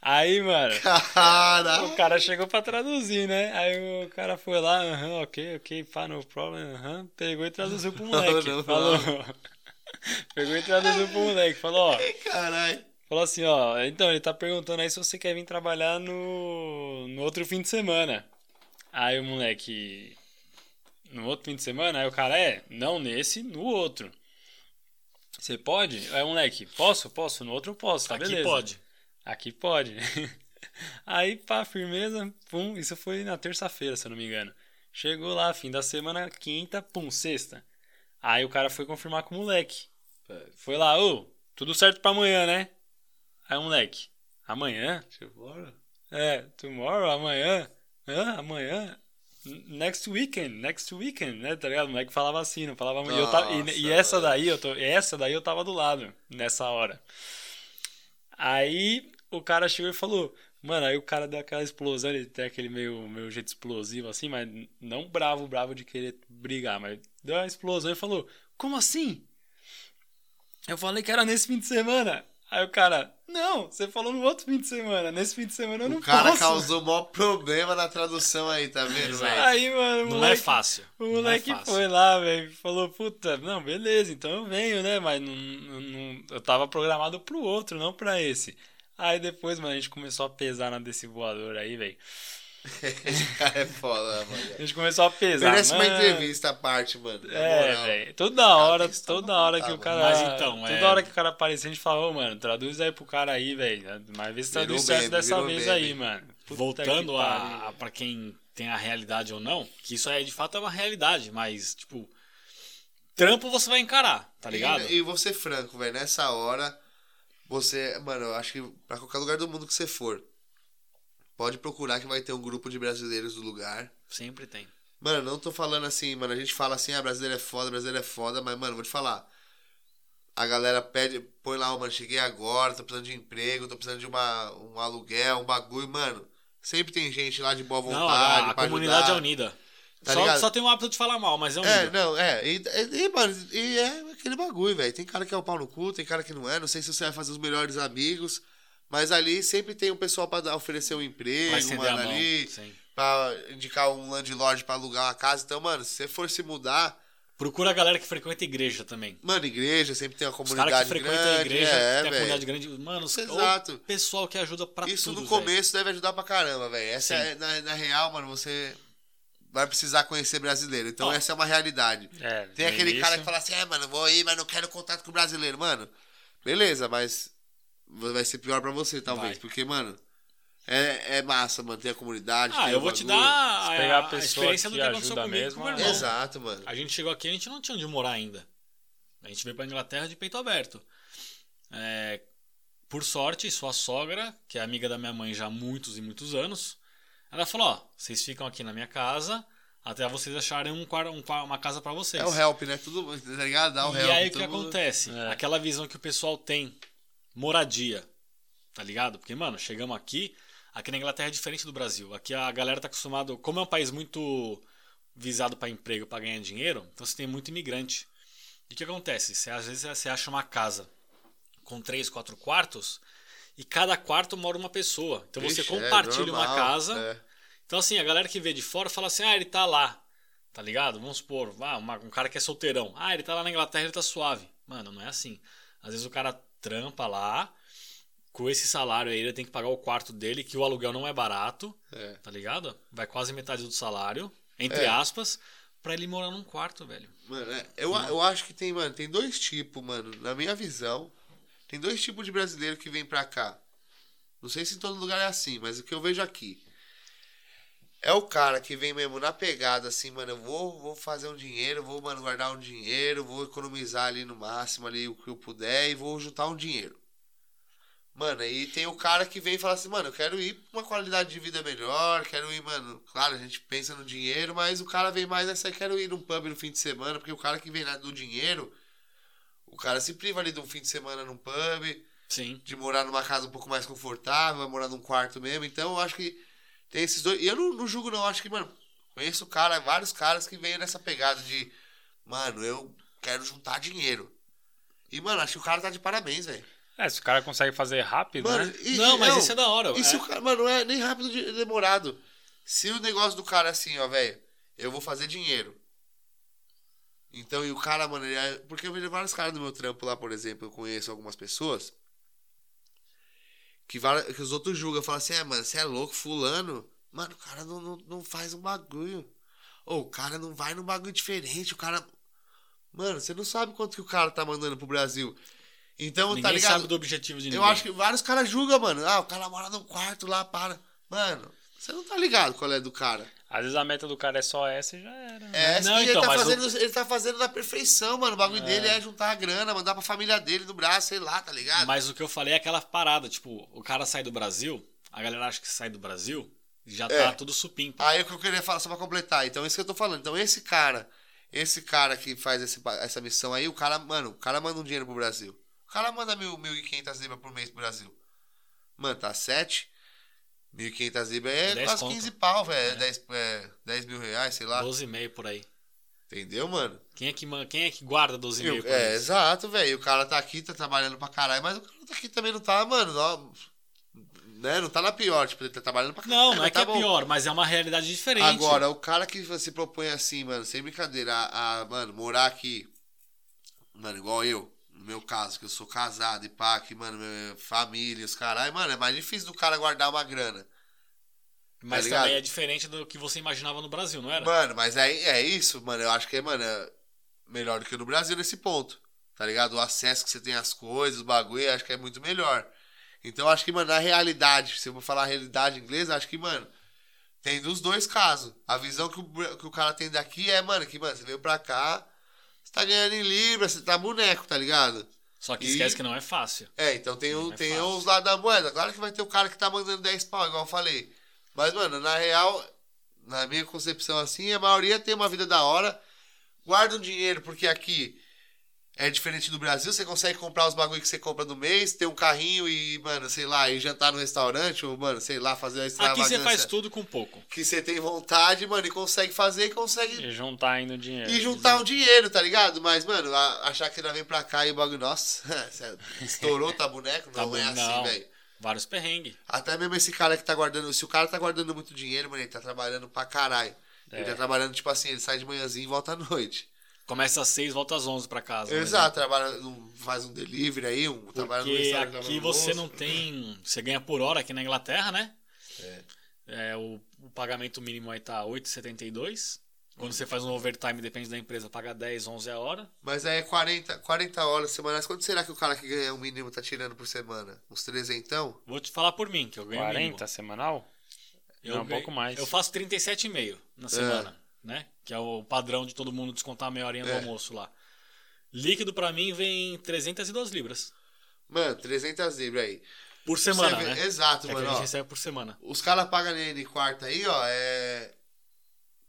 [SPEAKER 1] Aí, mano,
[SPEAKER 2] Cara!
[SPEAKER 1] o cara chegou pra traduzir, né? Aí o cara foi lá, aham, ok, ok, pá, no problem, aham, pegou e traduziu pro moleque.
[SPEAKER 2] Não, não,
[SPEAKER 1] falou.
[SPEAKER 2] não.
[SPEAKER 1] pegou e traduziu pro moleque, falou, ó,
[SPEAKER 2] Caralho!
[SPEAKER 1] Falou assim, ó, então ele tá perguntando aí se você quer vir trabalhar no, no outro fim de semana. Aí o moleque, no outro fim de semana? Aí o cara, é, não nesse, no outro. Você pode? Aí o moleque, posso? Posso, no outro eu posso, tá
[SPEAKER 3] Aqui
[SPEAKER 1] beleza.
[SPEAKER 3] pode.
[SPEAKER 1] Aqui pode. Aí, pá, firmeza, pum, isso foi na terça-feira, se eu não me engano. Chegou lá, fim da semana, quinta, pum, sexta. Aí o cara foi confirmar com o moleque. Foi lá, ô, tudo certo pra amanhã, né? Aí o moleque, amanhã? É, tomorrow, amanhã? Hã? Amanhã? N- Next weekend, next weekend, né? Tá ligado? O moleque falava assim, não falava amanhã. E, eu tava- e- e
[SPEAKER 2] Nossa,
[SPEAKER 1] essa
[SPEAKER 2] mano.
[SPEAKER 1] daí, eu tô, essa daí eu tava do lado, nessa hora. Aí o cara chegou e falou: Mano, aí o cara deu aquela explosão, ele tem aquele meio, meio jeito explosivo assim, mas não bravo, bravo de querer brigar, mas deu uma explosão e falou: Como assim? Eu falei que era nesse fim de semana. Aí o cara, não, você falou no outro fim de semana. Nesse fim de semana eu não
[SPEAKER 2] O cara
[SPEAKER 1] posso.
[SPEAKER 2] causou o maior problema na tradução aí, tá vendo, velho?
[SPEAKER 1] Aí, mano, o
[SPEAKER 3] Não é
[SPEAKER 1] moleque,
[SPEAKER 3] fácil.
[SPEAKER 1] o
[SPEAKER 3] não é
[SPEAKER 1] moleque
[SPEAKER 3] fácil.
[SPEAKER 1] foi lá, velho, falou, puta, não, beleza, então eu venho, né? Mas não, não- não- eu tava programado pro outro, não pra esse. Aí depois, mano, a gente começou a pesar na desse voador aí, velho.
[SPEAKER 2] Esse cara é foda, mano.
[SPEAKER 1] A gente começou a pesar.
[SPEAKER 2] Merece uma
[SPEAKER 1] mano.
[SPEAKER 2] entrevista à parte, mano. na
[SPEAKER 1] É,
[SPEAKER 2] moral.
[SPEAKER 1] velho. Toda hora,
[SPEAKER 2] isso tá
[SPEAKER 1] toda hora que
[SPEAKER 2] bom,
[SPEAKER 1] o
[SPEAKER 2] tá,
[SPEAKER 1] cara.
[SPEAKER 3] mano. Mas então,
[SPEAKER 1] toda
[SPEAKER 3] é-
[SPEAKER 1] hora que o cara aparecer, a gente fala, ô, mano, traduz aí pro cara aí, velho. né, Mas vê se
[SPEAKER 2] Virou
[SPEAKER 1] traduz certo
[SPEAKER 2] meme,
[SPEAKER 1] dessa
[SPEAKER 2] virou
[SPEAKER 1] vez
[SPEAKER 2] meme.
[SPEAKER 1] aí, mano. Puta
[SPEAKER 3] Voltando
[SPEAKER 1] que pariu.
[SPEAKER 3] a, a para quem tem a realidade ou não, que isso aí de fato é uma realidade, mas tipo, trampo você vai encarar, tá ligado?
[SPEAKER 2] E, e vou ser franco, velho. Nessa hora, você. Mano, eu acho que pra qualquer lugar do mundo que você for, pode procurar que vai ter um grupo de brasileiros do lugar.
[SPEAKER 3] Sempre tem.
[SPEAKER 2] Mano, não tô falando assim, mano. A gente fala assim, ah, brasileiro é foda, brasileiro é foda, mas, mano, vou te falar. A galera pede, põe lá, ó, mano, cheguei agora, tô precisando de emprego, tô precisando de uma, um aluguel, um bagulho, mano. Sempre tem gente lá de boa vontade.
[SPEAKER 3] não, a, a
[SPEAKER 2] pra
[SPEAKER 3] comunidade
[SPEAKER 2] ajudar.
[SPEAKER 3] é unida.
[SPEAKER 2] Tá
[SPEAKER 3] só,
[SPEAKER 2] ligado?
[SPEAKER 3] só tem o hábito de falar mal, mas é
[SPEAKER 2] É,
[SPEAKER 3] unida.
[SPEAKER 2] não, é. E, e- e, mano, e é aquele bagulho, velho. Tem cara que é o pau no cu, tem cara que não é. Não sei se você vai fazer os melhores amigos. Mas ali sempre tem um pessoal pra dar- oferecer um
[SPEAKER 3] vai
[SPEAKER 2] emprego,
[SPEAKER 3] estender a
[SPEAKER 2] mano,
[SPEAKER 3] mão.
[SPEAKER 2] ali.
[SPEAKER 3] sim.
[SPEAKER 2] Pra indicar um landlord pra alugar uma casa. Então, mano, se você for se mudar...
[SPEAKER 3] Procura a galera que frequenta a igreja também.
[SPEAKER 2] Mano, igreja, sempre tem uma
[SPEAKER 3] Os caras que
[SPEAKER 2] comunidade
[SPEAKER 3] frequentam
[SPEAKER 2] grande.
[SPEAKER 3] a igreja,
[SPEAKER 2] é,
[SPEAKER 3] tem a
[SPEAKER 2] velho.
[SPEAKER 3] comunidade grande. Mano, os,
[SPEAKER 2] Exato.
[SPEAKER 3] o pessoal que ajuda pra
[SPEAKER 2] Isso
[SPEAKER 3] tudo.
[SPEAKER 2] no
[SPEAKER 3] velho.
[SPEAKER 2] começo deve ajudar pra caramba, velho. Essa
[SPEAKER 3] Sim.
[SPEAKER 2] é, na, na real, mano, você vai precisar conhecer brasileiro. Então,
[SPEAKER 3] Ó.
[SPEAKER 2] essa é uma realidade.
[SPEAKER 1] É,
[SPEAKER 2] Tem
[SPEAKER 1] no
[SPEAKER 2] aquele cara que
[SPEAKER 1] início-
[SPEAKER 2] fala assim, é, mano, vou ir, mas não quero contato com o brasileiro. Mano, beleza, mas vai ser pior pra você, talvez.
[SPEAKER 3] Vai.
[SPEAKER 2] Porque, mano, é, é massa manter a comunidade.
[SPEAKER 3] Ah,
[SPEAKER 2] ter
[SPEAKER 3] eu
[SPEAKER 2] o
[SPEAKER 3] vou te dar
[SPEAKER 2] um bagulho.
[SPEAKER 3] a,
[SPEAKER 1] Se pegar a
[SPEAKER 3] a
[SPEAKER 1] pessoa
[SPEAKER 3] experiência do
[SPEAKER 1] que
[SPEAKER 3] que aconteceu
[SPEAKER 1] ajuda
[SPEAKER 3] comigo e
[SPEAKER 1] mesmo,
[SPEAKER 3] com meu
[SPEAKER 1] é-
[SPEAKER 3] irmão.
[SPEAKER 2] Exato, mano.
[SPEAKER 3] A gente chegou aqui, a gente não tinha onde morar ainda. A gente veio pra Inglaterra de peito aberto. É, por sorte, sua sogra, que é amiga da minha mãe já há muitos e muitos anos, ela falou: ó, vocês ficam aqui na minha casa até vocês acharem um quar- um qua- uma casa pra vocês.
[SPEAKER 2] É o help, né? Tudo, tá ligado? Dá o help.
[SPEAKER 3] E aí o que
[SPEAKER 2] todo mundo-
[SPEAKER 3] acontece?
[SPEAKER 1] É.
[SPEAKER 3] Aquela visão que o pessoal tem, moradia, tá ligado? Porque, mano, chegamos aqui, aqui na Inglaterra é diferente do Brasil. Aqui a galera tá acostumada, como é um país muito visado pra emprego, pra ganhar dinheiro, então você tem muito imigrante. E o que acontece? Você, às vezes você acha uma casa com três, quatro quartos e cada quarto mora uma pessoa. Então você
[SPEAKER 2] Ixi, é
[SPEAKER 3] compartilha uma
[SPEAKER 2] normal,
[SPEAKER 3] casa.
[SPEAKER 2] é.
[SPEAKER 3] Então, assim, a galera que vê de fora fala assim: ah, ele tá lá, tá ligado? Vamos supor, ah, uma- um cara que é solteirão. Ah, ele tá lá na Inglaterra, ele tá suave. Mano, não é assim. Às vezes o cara trampa lá, com esse salário aí, ele tem que pagar o quarto dele, que o aluguel não é barato,
[SPEAKER 2] É.
[SPEAKER 3] tá ligado? Vai quase metade do salário, entre
[SPEAKER 2] É.
[SPEAKER 3] aspas, pra ele morar num quarto, velho.
[SPEAKER 2] Mano, é, eu, a- eu acho que tem, mano, tem dois tipos, mano, na minha visão. Tem dois tipos de brasileiro que vem pra cá. Não sei se em todo lugar é assim, mas o que eu vejo aqui. É o cara que vem mesmo na pegada, assim, mano, eu vou, vou fazer um dinheiro, vou, mano, guardar um dinheiro, vou economizar ali no máximo ali o que eu puder e vou juntar um dinheiro. Mano, aí tem o cara que vem e fala assim, mano, eu quero ir pra uma qualidade de vida melhor, quero ir, mano. Claro, a gente pensa no dinheiro, mas o cara vem mais nessa, quero ir num pub no fim de semana, porque o cara que vem na- do dinheiro, o cara se priva ali de um fim de semana num pub,
[SPEAKER 3] Sim.
[SPEAKER 2] de morar numa casa um pouco mais confortável, vai morar num quarto mesmo. Então eu acho que tem esses dois. E eu não, não julgo, não, eu acho que, mano, conheço cara, vários caras que vêm nessa pegada de, mano, eu quero juntar dinheiro. E, mano, acho que o cara tá de parabéns, velho.
[SPEAKER 1] É, se o cara consegue fazer rápido, né?
[SPEAKER 2] e-
[SPEAKER 3] não, mas
[SPEAKER 2] não,
[SPEAKER 3] isso é da hora.
[SPEAKER 2] e se
[SPEAKER 3] é.
[SPEAKER 2] o cara, mano, não é nem rápido de- demorado. Se o negócio do cara é assim, ó, velho, eu vou fazer dinheiro. Então, e o cara, mano, ele é- porque eu vejo vários caras do meu trampo lá, por exemplo, eu conheço algumas pessoas que, vara- que os outros julgam, falam assim, é, mano, você é louco, fulano. Mano, o cara não, não, não faz um bagulho. Ou o cara não vai num bagulho diferente, o cara. Mano, você não sabe quanto que o cara tá mandando pro Brasil. Então,
[SPEAKER 3] Ninguém
[SPEAKER 2] tá ligado?
[SPEAKER 3] sabe do objetivo de ninguém.
[SPEAKER 2] Eu acho que vários caras julgam, mano. Ah, o cara mora num quarto lá, para. Mano, você não tá ligado qual é do cara.
[SPEAKER 1] Às vezes a meta do cara é só essa e já era. né?
[SPEAKER 2] É,
[SPEAKER 3] Não,
[SPEAKER 2] e
[SPEAKER 3] então,
[SPEAKER 2] ele, tá
[SPEAKER 3] mas
[SPEAKER 2] fazendo, ele tá fazendo na perfeição, mano. O bagulho dele é juntar a grana, mandar pra família dele no braço, sei lá, tá ligado?
[SPEAKER 3] Mas o que eu falei é aquela parada, tipo, o cara sai do Brasil, a galera acha que sai do Brasil, já
[SPEAKER 2] É.
[SPEAKER 3] tá tudo supimpa.
[SPEAKER 2] Aí o que eu queria falar, só pra completar. Então, isso que eu tô falando. Então, esse cara, esse cara que faz esse ba- essa missão aí, o cara, mano, o cara manda um dinheiro pro Brasil. O cara manda mil, mil e quinhentas libras por mês pro Brasil. Mano, tá sete. 1.500 libras é
[SPEAKER 3] 10
[SPEAKER 2] quase
[SPEAKER 3] conto.
[SPEAKER 2] 15 pau, velho. É. 10, é, 10 mil reais, sei lá.
[SPEAKER 3] 12,5 por aí.
[SPEAKER 2] Entendeu, mano?
[SPEAKER 3] Quem é que, man- quem é que guarda 12,5
[SPEAKER 2] E o-
[SPEAKER 3] por aí?
[SPEAKER 2] é, exato, velho. E O cara tá aqui, tá trabalhando pra caralho, mas o cara tá aqui também não tá, mano. Não, né? não tá na pior, tipo, ele tá trabalhando pra caralho.
[SPEAKER 3] Não, não é
[SPEAKER 2] mas
[SPEAKER 3] que
[SPEAKER 2] tá
[SPEAKER 3] é
[SPEAKER 2] bom.
[SPEAKER 3] pior, mas é uma realidade diferente.
[SPEAKER 2] Agora, tá o cara que se propõe assim, mano, sem brincadeira, a, a, mano, morar aqui, mano, igual eu, no meu caso, que eu sou casado e pá, que, mano, meu- família, os caralho, mano, é mais difícil do cara guardar uma grana. Tá
[SPEAKER 3] mas
[SPEAKER 2] ligado?
[SPEAKER 3] também é diferente do que você imaginava no Brasil, não era?
[SPEAKER 2] Mano, mas é, é isso, mano, eu acho que é, mano, é melhor do que no Brasil nesse ponto, tá ligado? O acesso que você tem às coisas, o bagulho, eu acho que é muito melhor. Então, eu acho que, mano, na realidade, se eu for falar a realidade inglesa, eu acho que, mano, Tem dos dois casos. A visão que o, br- que o cara tem daqui é, mano, que, mano, você veio pra cá, você tá ganhando em Libra, você tá boneco, tá ligado?
[SPEAKER 3] Só que
[SPEAKER 2] E-
[SPEAKER 3] esquece que não é fácil.
[SPEAKER 2] É, então tem,
[SPEAKER 3] Não
[SPEAKER 2] o,
[SPEAKER 3] é
[SPEAKER 2] tem
[SPEAKER 3] fácil.
[SPEAKER 2] os lados da moeda. Claro que vai ter o cara que tá mandando 10 pau, igual eu falei. Mas, mano, na real, na minha concepção assim, a maioria tem uma vida da hora, guarda um dinheiro, porque aqui é diferente do Brasil, você consegue comprar os bagulho que você compra no mês, ter um carrinho e, mano, sei lá, ir jantar no restaurante, ou, mano, sei lá, fazer a
[SPEAKER 3] Aqui
[SPEAKER 2] extravagância
[SPEAKER 3] você faz tudo com pouco.
[SPEAKER 2] que você tem vontade, mano, e consegue fazer e consegue.
[SPEAKER 1] E juntar ainda o
[SPEAKER 3] É,
[SPEAKER 1] dinheiro.
[SPEAKER 2] E juntar um dinheiro, tá ligado? Mas, mano, a- achar que você já vem pra cá e o bagulho, nossa, você estourou, tá boneco?
[SPEAKER 3] Tá
[SPEAKER 2] Não é
[SPEAKER 3] bom,
[SPEAKER 2] assim,
[SPEAKER 3] não.
[SPEAKER 2] velho.
[SPEAKER 3] Vários perrengues.
[SPEAKER 2] Até mesmo esse cara que tá guardando. Se o cara tá guardando muito dinheiro, mano, ele tá trabalhando pra caralho. Ele
[SPEAKER 1] É.
[SPEAKER 2] tá trabalhando, tipo assim, ele sai de manhãzinho e volta à noite.
[SPEAKER 3] Começa às 6, volta às 11 pra casa. por
[SPEAKER 2] Exato, trabalha, num- faz um delivery aí, um,
[SPEAKER 3] exemplo.
[SPEAKER 2] trabalha no
[SPEAKER 3] um Porque
[SPEAKER 2] restaurante.
[SPEAKER 3] aqui
[SPEAKER 2] trabalha no
[SPEAKER 3] você
[SPEAKER 2] almoço.
[SPEAKER 3] não tem. Você ganha por hora aqui na Inglaterra, né? É, o, o pagamento mínimo aí tá 8,72. Quando você faz um overtime, depende da empresa, paga 10, 11 a hora.
[SPEAKER 2] Mas aí é 40, 40 horas semanais. Quanto será que o cara que ganha o mínimo tá tirando por semana? Uns trezentão?
[SPEAKER 3] Vou te falar por mim, que eu ganho o mínimo.
[SPEAKER 1] 40 semanal?
[SPEAKER 3] Eu
[SPEAKER 1] Não, um
[SPEAKER 3] ganho-
[SPEAKER 1] pouco mais.
[SPEAKER 3] Eu faço 37,5
[SPEAKER 2] É.
[SPEAKER 3] na semana, né? Que é o padrão de todo mundo descontar meia horinha do
[SPEAKER 2] É.
[SPEAKER 3] almoço lá. Líquido pra mim vem 302 libras
[SPEAKER 2] Mano, 300 libras aí.
[SPEAKER 3] por semana,
[SPEAKER 2] Você vê-
[SPEAKER 3] né?
[SPEAKER 2] Exato,
[SPEAKER 3] É que a
[SPEAKER 2] mano.
[SPEAKER 3] gente
[SPEAKER 2] ó.
[SPEAKER 3] recebe por semana.
[SPEAKER 2] Os caras pagam nele quarta aí, ó, é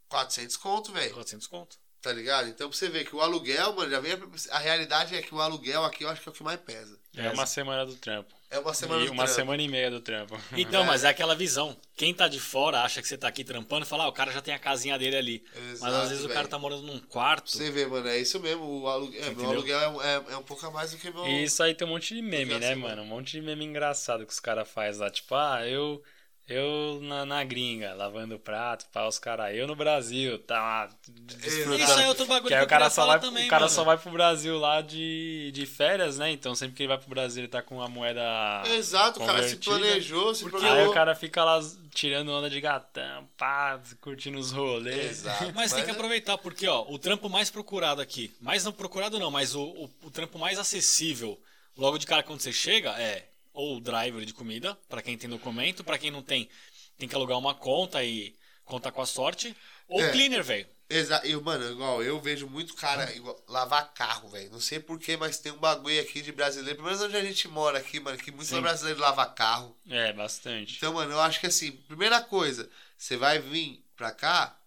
[SPEAKER 2] 400 conto, velho.
[SPEAKER 3] 400 conto.
[SPEAKER 2] Tá ligado? Então pra você ver que o aluguel, mano, já vem a, a realidade é que o aluguel aqui eu acho que é o que mais pesa.
[SPEAKER 1] É uma semana do trampo.
[SPEAKER 2] É uma semana
[SPEAKER 1] e
[SPEAKER 2] do
[SPEAKER 1] uma
[SPEAKER 2] trampo.
[SPEAKER 1] semana e meia do trampo.
[SPEAKER 3] Então,
[SPEAKER 2] É.
[SPEAKER 3] mas é aquela visão. Quem tá de fora acha que você tá aqui trampando e fala, ah, o cara já tem a casinha dele ali. mas
[SPEAKER 2] Exato,
[SPEAKER 3] às vezes o
[SPEAKER 2] velho.
[SPEAKER 3] cara tá morando num quarto.
[SPEAKER 2] Pra você ver, mano, é isso mesmo. O aluguel, é, meu
[SPEAKER 3] Entendeu?
[SPEAKER 2] aluguel é um- é, é um pouco a mais do que meu.
[SPEAKER 1] E isso aí tem um monte de meme,
[SPEAKER 2] Porque
[SPEAKER 1] né,
[SPEAKER 2] assim,
[SPEAKER 1] mano? Um monte de meme engraçado que os caras fazem lá. Tipo, ah, eu, eu na, na gringa, lavando prato, pá, os caras. Eu no Brasil, tá lá, desfrutando.
[SPEAKER 3] Isso aí é outro bagulho
[SPEAKER 1] Que
[SPEAKER 3] que,
[SPEAKER 1] aí
[SPEAKER 3] eu
[SPEAKER 1] o cara,
[SPEAKER 3] queria
[SPEAKER 1] só
[SPEAKER 3] falar
[SPEAKER 1] vai,
[SPEAKER 3] também,
[SPEAKER 1] o cara
[SPEAKER 3] mano.
[SPEAKER 1] só vai pro Brasil lá de, de férias, né? Então sempre que ele vai pro Brasil ele tá com a moeda.
[SPEAKER 3] É
[SPEAKER 2] Exato, o cara se
[SPEAKER 3] né?
[SPEAKER 1] convertida.
[SPEAKER 2] planejou, se
[SPEAKER 1] Aí
[SPEAKER 2] programou.
[SPEAKER 1] o cara fica lá tirando onda de gatão, pá, curtindo os rolês.
[SPEAKER 2] Exato.
[SPEAKER 3] Mas tem que
[SPEAKER 2] é-
[SPEAKER 3] aproveitar, porque ó, o trampo mais procurado aqui, mais não procurado não, mas o, o, o trampo mais acessível logo de cara quando você chega é ou driver de comida, pra quem tem documento, pra quem não tem, tem que alugar uma conta e contar com a sorte, ou
[SPEAKER 2] É.
[SPEAKER 3] cleaner, velho.
[SPEAKER 2] Exato. Eu, mano, igual, eu vejo muito cara igual, lavar carro, velho. Não sei porquê, mas tem um bagulho aqui de brasileiro. Pelo menos onde a gente mora aqui, mano, que muito
[SPEAKER 1] Sim.
[SPEAKER 2] brasileiro lava carro.
[SPEAKER 1] É, bastante.
[SPEAKER 2] Então, mano, eu acho que assim, primeira coisa, você vai vir pra cá,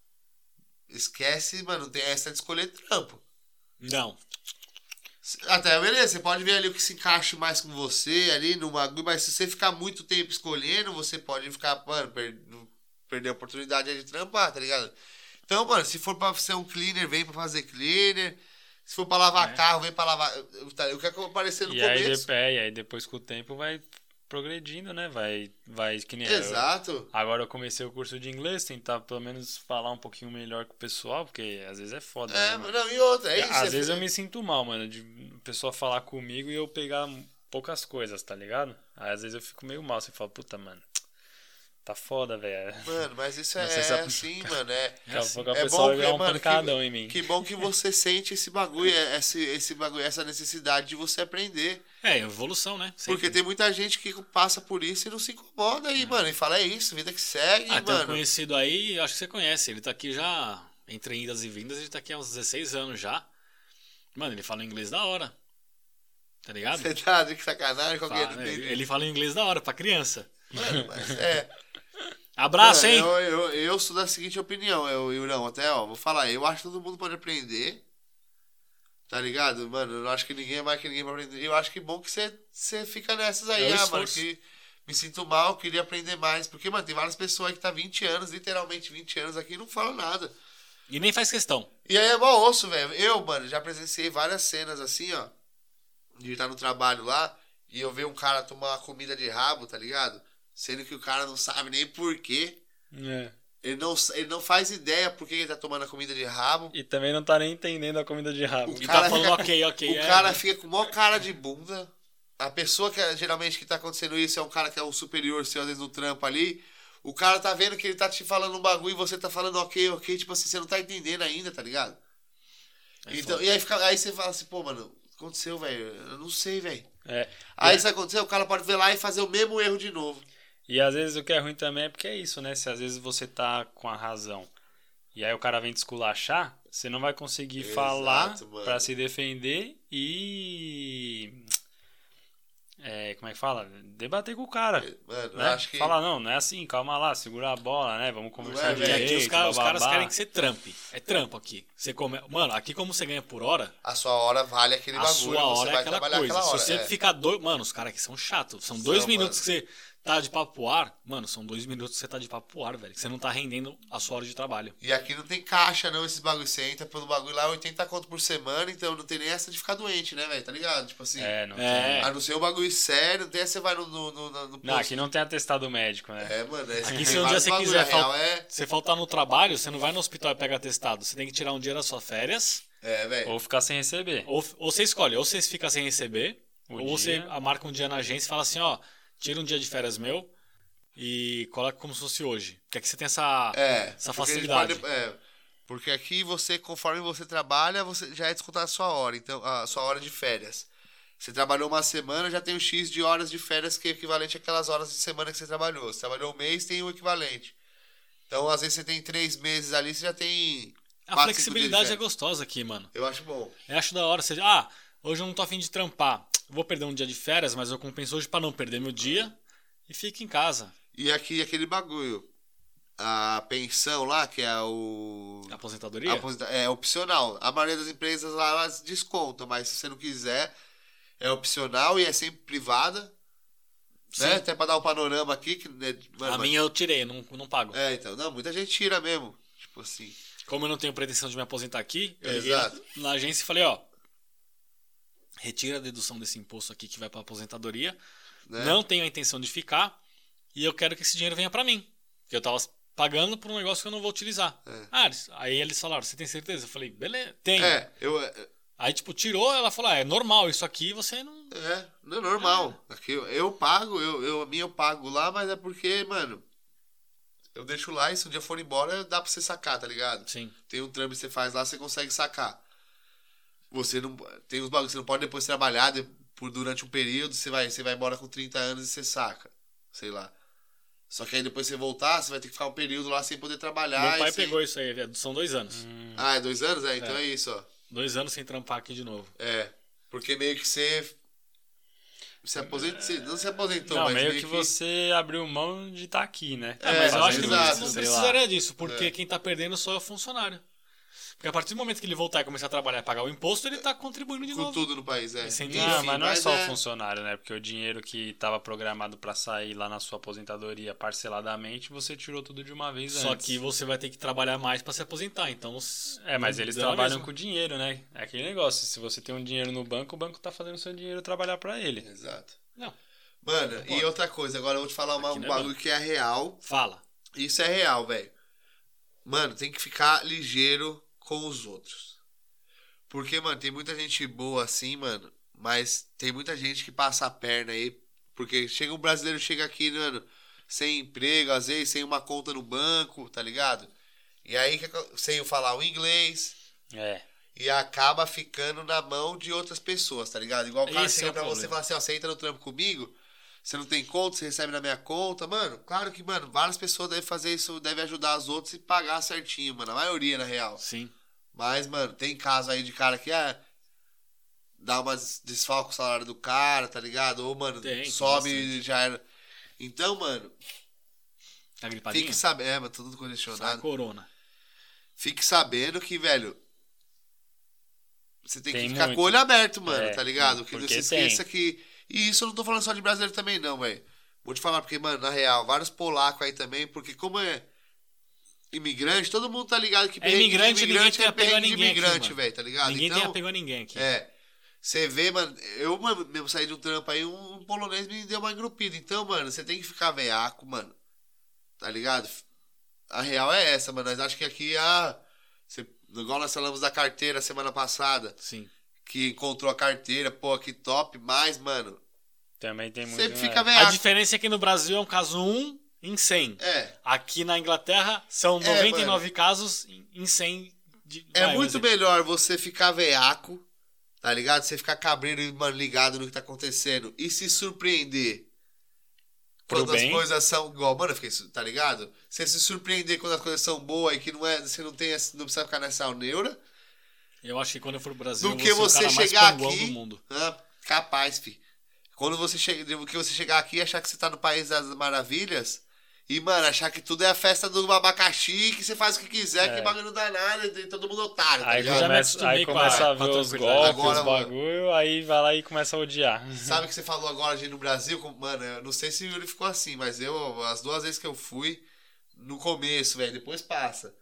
[SPEAKER 2] esquece, mano, tem essa de escolher trampo.
[SPEAKER 3] Não,
[SPEAKER 2] Até beleza, você pode ver ali o que se encaixa mais com você ali no bagulho, mas se você ficar muito tempo escolhendo, você pode ficar, mano, per- perder a oportunidade de trampar, tá ligado? Então, mano, se for pra ser um cleaner, vem pra fazer cleaner. Se for pra lavar
[SPEAKER 3] É.
[SPEAKER 2] carro, vem pra lavar. eu- tá, Eu quero aparecer no
[SPEAKER 1] Né? E aí,
[SPEAKER 2] começo.
[SPEAKER 1] de, é, e aí depois com o tempo vai progredindo, né? Vai, vai que nem é, eu.
[SPEAKER 2] Exato.
[SPEAKER 1] Agora eu comecei o curso de inglês, tentar pelo menos falar um pouquinho melhor com o pessoal, porque às vezes é foda. né,
[SPEAKER 2] É,
[SPEAKER 1] mano?
[SPEAKER 2] mas não, e outra, é isso.
[SPEAKER 1] Às
[SPEAKER 2] é-
[SPEAKER 1] vezes eu me sinto mal, mano, de pessoa falar comigo e eu pegar poucas coisas, tá ligado? Aí, às vezes eu fico meio mal, você fala, puta, mano, tá foda, velho.
[SPEAKER 2] Mano, mas isso é,
[SPEAKER 1] Não sei se
[SPEAKER 2] é
[SPEAKER 1] a-
[SPEAKER 2] assim, mano. É,
[SPEAKER 1] Daqui a pouco a
[SPEAKER 2] É
[SPEAKER 1] pessoa
[SPEAKER 2] bom
[SPEAKER 1] vai
[SPEAKER 2] que,
[SPEAKER 1] virar um
[SPEAKER 2] mano, que-
[SPEAKER 1] pancadão em mim.
[SPEAKER 2] Que bom que você sente esse bagulho, é- esse, esse bagulho, essa necessidade de você aprender.
[SPEAKER 3] é evolução, né? Sempre.
[SPEAKER 2] Porque tem muita gente que passa por isso e não se incomoda aí, mano. E fala, é isso, vida que segue,
[SPEAKER 3] ah, tem um
[SPEAKER 2] mano.
[SPEAKER 3] conhecido aí, acho que você conhece, ele tá aqui já entre idas e vindas, ele tá aqui há uns 16 anos já. Mano, ele fala inglês da hora. Tá ligado?
[SPEAKER 2] Você tá de sacanagem com alguém
[SPEAKER 3] Fala,
[SPEAKER 2] não
[SPEAKER 3] né?
[SPEAKER 2] tem-
[SPEAKER 3] ele fala inglês da hora pra criança.
[SPEAKER 2] Mano, mas é.
[SPEAKER 3] Abraço,
[SPEAKER 2] Mano,
[SPEAKER 3] hein?
[SPEAKER 2] É, Eu, eu, eu sou da seguinte opinião, eu, Yurão, até, ó, vou falar, eu acho que todo mundo pode aprender. Tá ligado? Mano, eu não acho que ninguém é mais que ninguém pra aprender. Eu acho que bom que você, você fica nessas aí,
[SPEAKER 3] É
[SPEAKER 2] ah,
[SPEAKER 3] o
[SPEAKER 2] mano.
[SPEAKER 3] esforço.
[SPEAKER 2] Que, me sinto mal, queria aprender mais. Porque, mano, tem várias pessoas aí que tá 20 anos, literalmente 20 anos aqui e não falam nada.
[SPEAKER 3] E nem faz questão.
[SPEAKER 2] E aí é mó osso, velho. Eu, mano, já presenciei várias cenas assim, ó. De estar no trabalho lá e eu ver um cara tomar uma comida de rabo, tá ligado? Sendo que o cara não sabe nem porquê.
[SPEAKER 1] É.
[SPEAKER 2] Ele não, ele não faz ideia por que ele tá tomando a comida de rabo.
[SPEAKER 1] E também não tá nem entendendo a comida de rabo.
[SPEAKER 2] O
[SPEAKER 3] E
[SPEAKER 2] cara
[SPEAKER 3] tá falando
[SPEAKER 2] fica-
[SPEAKER 3] ok, ok.
[SPEAKER 2] o
[SPEAKER 3] é,
[SPEAKER 2] cara fica com mó cara de bunda. A pessoa que geralmente que tá acontecendo isso é um cara que é um superior seu, às vezes, no trampo ali. O cara tá vendo que ele tá te falando um bagulho e você tá falando ok, ok, tipo assim, você não tá entendendo ainda, tá ligado?
[SPEAKER 3] É
[SPEAKER 2] então,
[SPEAKER 3] foda.
[SPEAKER 2] e aí, fica, aí você fala assim, pô, mano, aconteceu, velho, eu não sei, velho.
[SPEAKER 1] É.
[SPEAKER 2] Aí isso aconteceu, o cara pode ver lá e fazer o mesmo erro de novo.
[SPEAKER 1] E às vezes o que é ruim também é porque é isso, né? Se às vezes você tá com a razão e aí o cara vem te esculachar, você não vai conseguir
[SPEAKER 2] Exato,
[SPEAKER 1] falar
[SPEAKER 2] mano.
[SPEAKER 1] pra se defender e. É, como é que fala? Debater com o cara.
[SPEAKER 3] É.
[SPEAKER 2] Mano, eu
[SPEAKER 1] Né?
[SPEAKER 2] acho que.
[SPEAKER 1] Fala, não, não é assim, calma lá, segura a bola, né? Vamos conversar
[SPEAKER 2] é,
[SPEAKER 1] direito.
[SPEAKER 2] velho,
[SPEAKER 3] É, aqui os, caras- os caras
[SPEAKER 1] bababá.
[SPEAKER 3] querem que você trampe. É trampo aqui. Você come... Mano, aqui como você ganha por hora,
[SPEAKER 2] A sua hora vale aquele
[SPEAKER 3] a
[SPEAKER 2] bagulho,
[SPEAKER 3] sua
[SPEAKER 2] você
[SPEAKER 3] hora é
[SPEAKER 2] vai
[SPEAKER 3] aquela
[SPEAKER 2] trabalhar
[SPEAKER 3] coisa.
[SPEAKER 2] aquela hora.
[SPEAKER 3] Se você
[SPEAKER 2] é.
[SPEAKER 3] ficar dois. Mano, os caras aqui são chatos. São dois
[SPEAKER 2] São,
[SPEAKER 3] minutos
[SPEAKER 2] mano.
[SPEAKER 3] que você tá de papo pro ar. Mano, são dois minutos que você tá de papo pro ar, velho. Que você não tá rendendo a sua hora de trabalho.
[SPEAKER 2] E aqui não tem caixa, não, esses bagulho. Você entra pelo bagulho lá, 80 conto por semana, então não tem nem essa de ficar doente, né, velho? Tá ligado? Tipo assim.
[SPEAKER 1] É, não
[SPEAKER 3] É.
[SPEAKER 1] tem.
[SPEAKER 2] A não ser um bagulho sério, não tem essa, você vai no, no, no, no posto.
[SPEAKER 1] Não, aqui não tem atestado médico, né?
[SPEAKER 2] É, mano, é,
[SPEAKER 3] Aqui
[SPEAKER 2] tem
[SPEAKER 3] se um dia
[SPEAKER 2] vários
[SPEAKER 3] você
[SPEAKER 2] bagulho,
[SPEAKER 3] quiser
[SPEAKER 2] a real
[SPEAKER 3] fal-
[SPEAKER 2] é.
[SPEAKER 3] Você faltar no trabalho, você não vai no hospital e pega atestado. Você tem que tirar um dia das suas férias.
[SPEAKER 2] É, velho.
[SPEAKER 1] Ou ficar sem receber.
[SPEAKER 3] Ou, ou você escolhe, ou você fica sem receber,
[SPEAKER 1] O
[SPEAKER 3] ou você
[SPEAKER 1] dia.
[SPEAKER 3] marca um dia na agência e fala assim, ó, tira um dia de férias meu e coloca como se fosse hoje. Porque aqui você tem essa.
[SPEAKER 2] É.
[SPEAKER 3] essa
[SPEAKER 2] porque ele
[SPEAKER 3] facilidade.
[SPEAKER 2] pode- é. Porque aqui você, conforme você trabalha, você já é descontar a sua hora, então, a sua hora de férias. Você trabalhou uma semana, já tem o X de horas de férias que é equivalente àquelas horas de semana que você trabalhou. Você trabalhou um mês, tem o equivalente. Então, às vezes, você tem três meses ali, você já tem.
[SPEAKER 3] A
[SPEAKER 2] quatro, cinco
[SPEAKER 3] flexibilidade
[SPEAKER 2] dias
[SPEAKER 3] é
[SPEAKER 2] de férias.
[SPEAKER 3] gostosa aqui, mano.
[SPEAKER 2] Eu acho bom.
[SPEAKER 3] Eu acho da hora. Você, ah, hoje eu não tô afim de trampar. Vou perder um dia de férias, mas eu compenso hoje pra não perder meu dia e fico em casa.
[SPEAKER 2] E aqui aquele bagulho. A pensão lá, que é o.
[SPEAKER 3] Aposentadoria?
[SPEAKER 2] Aposenta- É opcional. A maioria das empresas lá elas descontam, mas se você não quiser, é opcional e é sempre privada. Né?
[SPEAKER 3] Sim.
[SPEAKER 2] Até pra dar o panorama aqui. Que, né, mano,
[SPEAKER 3] A minha eu tirei, não, não pago.
[SPEAKER 2] É, então. Não, muita gente tira mesmo. Tipo assim.
[SPEAKER 3] Como eu não tenho pretensão de me aposentar aqui, eu liguei
[SPEAKER 2] Exato.
[SPEAKER 3] na, na agência e falei, ó. Retira a dedução desse imposto aqui que vai pra aposentadoria.
[SPEAKER 2] Né?
[SPEAKER 3] Não tenho a intenção de ficar e eu quero que esse dinheiro venha pra mim. Porque eu tava pagando por um negócio que eu não vou utilizar.
[SPEAKER 2] É.
[SPEAKER 3] Ah, eles- aí eles falaram, você tem certeza? Eu falei, beleza, tenho.
[SPEAKER 2] É, eu. É,
[SPEAKER 3] Aí, tipo, tirou, ela falou, ah, é normal isso aqui, você não...
[SPEAKER 2] é, não é normal. Aqui eu, eu pago, eu, eu, a minha eu pago lá, mas é porque, mano. Eu deixo lá e se um dia for embora, dá pra você sacar, tá ligado?
[SPEAKER 3] Ah, Sim,
[SPEAKER 2] tem um trampo que você faz lá, você consegue sacar. Você não tem uns bagulhos, você não pode depois trabalhar de- por durante um período, você vai, você vai embora com 30 anos e você saca, sei lá. Só que aí depois você voltar, você vai ter que ficar um período lá sem poder trabalhar.
[SPEAKER 3] meu pai
[SPEAKER 2] e sem-
[SPEAKER 3] pegou isso aí, viado, são dois anos.
[SPEAKER 2] Ah, é dois anos? É, então é, isso, ó.
[SPEAKER 3] Dois anos sem trampar aqui de novo.
[SPEAKER 2] É. Porque meio que você. Se aposenta. você- Não se aposentou,
[SPEAKER 1] Não,
[SPEAKER 2] Então, mas
[SPEAKER 1] meio que, você abriu mão de estar aqui, né?
[SPEAKER 2] É,
[SPEAKER 3] Mas eu acho que
[SPEAKER 2] exato,
[SPEAKER 3] não, não
[SPEAKER 2] sei
[SPEAKER 3] precisaria disso, porque
[SPEAKER 2] É.
[SPEAKER 3] quem tá perdendo só é o funcionário. Porque a partir do momento que ele voltar e começar a trabalhar e pagar o imposto, ele tá contribuindo de
[SPEAKER 2] Com
[SPEAKER 3] novo.
[SPEAKER 2] tudo no país, é.
[SPEAKER 3] Sem
[SPEAKER 1] Não,
[SPEAKER 3] Enfim,
[SPEAKER 1] mas não é só o funcionário, né? Porque o dinheiro que estava programado pra sair lá na sua aposentadoria parceladamente, você tirou tudo de uma vez
[SPEAKER 3] Só
[SPEAKER 1] antes.
[SPEAKER 3] que você vai ter que trabalhar mais pra se aposentar, então... s-
[SPEAKER 1] É, mas eles
[SPEAKER 3] dá
[SPEAKER 1] trabalham
[SPEAKER 3] mesmo.
[SPEAKER 1] com dinheiro, né? É aquele negócio, se você tem um dinheiro no banco, o banco tá fazendo seu dinheiro trabalhar pra ele.
[SPEAKER 2] Exato.
[SPEAKER 3] Não.
[SPEAKER 2] Mano, e
[SPEAKER 3] Concordo.
[SPEAKER 2] outra coisa, agora eu vou te falar uma,
[SPEAKER 3] Aqui
[SPEAKER 2] um
[SPEAKER 3] não é
[SPEAKER 2] bagulho que é real.
[SPEAKER 3] Fala.
[SPEAKER 2] Isso é real, velho. Mano, tem que ficar ligeiro com os outros. Porque, mano, tem muita gente boa assim, mano. Mas tem muita gente que passa a perna aí. Porque chega um brasileiro, chega aqui, mano, sem emprego, às vezes, sem uma conta no banco, tá ligado? E aí, que acon- sem eu falar o inglês.
[SPEAKER 1] É.
[SPEAKER 2] E acaba ficando na mão de outras pessoas, tá ligado? Igual o cara
[SPEAKER 3] Esse
[SPEAKER 2] chega
[SPEAKER 3] é o
[SPEAKER 2] pra você e
[SPEAKER 3] problema.
[SPEAKER 2] fala assim, ó, você entra no trampo comigo, você não tem conta, você recebe na minha conta, mano. Claro que, mano, várias pessoas devem fazer isso, devem ajudar as outras e pagar certinho, mano. A maioria, na real.
[SPEAKER 3] Sim.
[SPEAKER 2] Mas, mano, tem caso aí de cara que é. Dá uma des- desfalca o salário do cara, tá ligado? Ou, mano,
[SPEAKER 3] Tem, tem
[SPEAKER 2] sobe e
[SPEAKER 3] bastante.
[SPEAKER 2] já era. Então, mano,
[SPEAKER 3] Tá gripadinho?
[SPEAKER 2] fique sabendo. É, mano, tô tudo
[SPEAKER 3] Sai
[SPEAKER 2] congestionado.
[SPEAKER 3] a corona.
[SPEAKER 2] Fique sabendo que, velho. Você tem, que
[SPEAKER 1] Tem
[SPEAKER 2] ficar
[SPEAKER 1] muito.
[SPEAKER 2] com o olho aberto, mano,
[SPEAKER 1] É,
[SPEAKER 2] tá ligado? Que não
[SPEAKER 1] porque
[SPEAKER 2] se esqueça que. E isso eu não tô falando só de brasileiro também, não, velho. Vou te falar, porque, mano, na real, vários polacos aí também, porque como é imigrante, todo mundo tá ligado que
[SPEAKER 3] É
[SPEAKER 2] imigrante
[SPEAKER 3] imigrante, ninguém
[SPEAKER 2] é
[SPEAKER 3] tem apego a
[SPEAKER 2] perrengue de
[SPEAKER 3] ninguém aqui,
[SPEAKER 2] imigrante,
[SPEAKER 3] mano.
[SPEAKER 2] velho, tá ligado?
[SPEAKER 3] Ninguém
[SPEAKER 2] então,
[SPEAKER 3] tem apego a ninguém aqui.
[SPEAKER 2] É. Você vê, mano, eu mano, mesmo saí de um trampo aí, um polonês me deu uma engrupida. Então, mano, você tem que ficar veiaco, mano. Tá ligado? A real é essa, mano. Nós acho que aqui, ah. Cê, igual nós falamos da carteira semana passada,
[SPEAKER 3] Sim.
[SPEAKER 2] que encontrou a carteira, pô, que top, mas, mano.
[SPEAKER 1] Também tem muito.
[SPEAKER 2] Você fica
[SPEAKER 1] né?
[SPEAKER 3] A
[SPEAKER 2] veiaco.
[SPEAKER 3] diferença é que no Brasil é um caso 1 em 100.
[SPEAKER 2] É.
[SPEAKER 3] Aqui na Inglaterra são
[SPEAKER 2] É,
[SPEAKER 3] 99 casos em em 100. De,
[SPEAKER 2] É
[SPEAKER 3] vai, um
[SPEAKER 2] muito
[SPEAKER 3] exemplo.
[SPEAKER 2] melhor você ficar veiaco, tá ligado? Você ficar cabreiro e, mano, ligado no que tá acontecendo e se surpreender
[SPEAKER 1] Pro
[SPEAKER 2] quando as
[SPEAKER 1] bem.
[SPEAKER 2] coisas são igual. Mano, eu fiquei, su- tá ligado? Você se surpreender quando as coisas são boas e que não é, você não tem, essa- não precisa ficar nessa neura.
[SPEAKER 3] Eu acho que quando eu for pro Brasil,
[SPEAKER 2] Do
[SPEAKER 3] eu
[SPEAKER 2] que
[SPEAKER 3] vou
[SPEAKER 2] você
[SPEAKER 3] ser o cara mais
[SPEAKER 2] chegar
[SPEAKER 3] panguão
[SPEAKER 2] aqui-
[SPEAKER 3] do mundo.
[SPEAKER 2] Ah, capaz, fi. Quando você chega, do que você chegar aqui e achar que você tá no país das maravilhas e, mano, achar que tudo é a festa do abacaxi, que você faz o que quiser,
[SPEAKER 1] É.
[SPEAKER 2] que bagulho não dá nada, tem todo mundo otário, tá
[SPEAKER 1] Aí
[SPEAKER 2] ligado?
[SPEAKER 3] já me
[SPEAKER 1] começa, aí
[SPEAKER 3] acostumei com a-
[SPEAKER 1] começa a
[SPEAKER 3] com a
[SPEAKER 1] ver os
[SPEAKER 3] tranquilidade.
[SPEAKER 1] golpes,
[SPEAKER 2] Agora,
[SPEAKER 1] os
[SPEAKER 2] mano.
[SPEAKER 1] bagulho, aí vai lá e começa a odiar.
[SPEAKER 2] Sabe o que você falou agora de ir no Brasil? Como- Mano, eu não sei se o Yuri ficou assim, mas eu, as duas vezes que eu fui, no começo, velho, depois passa.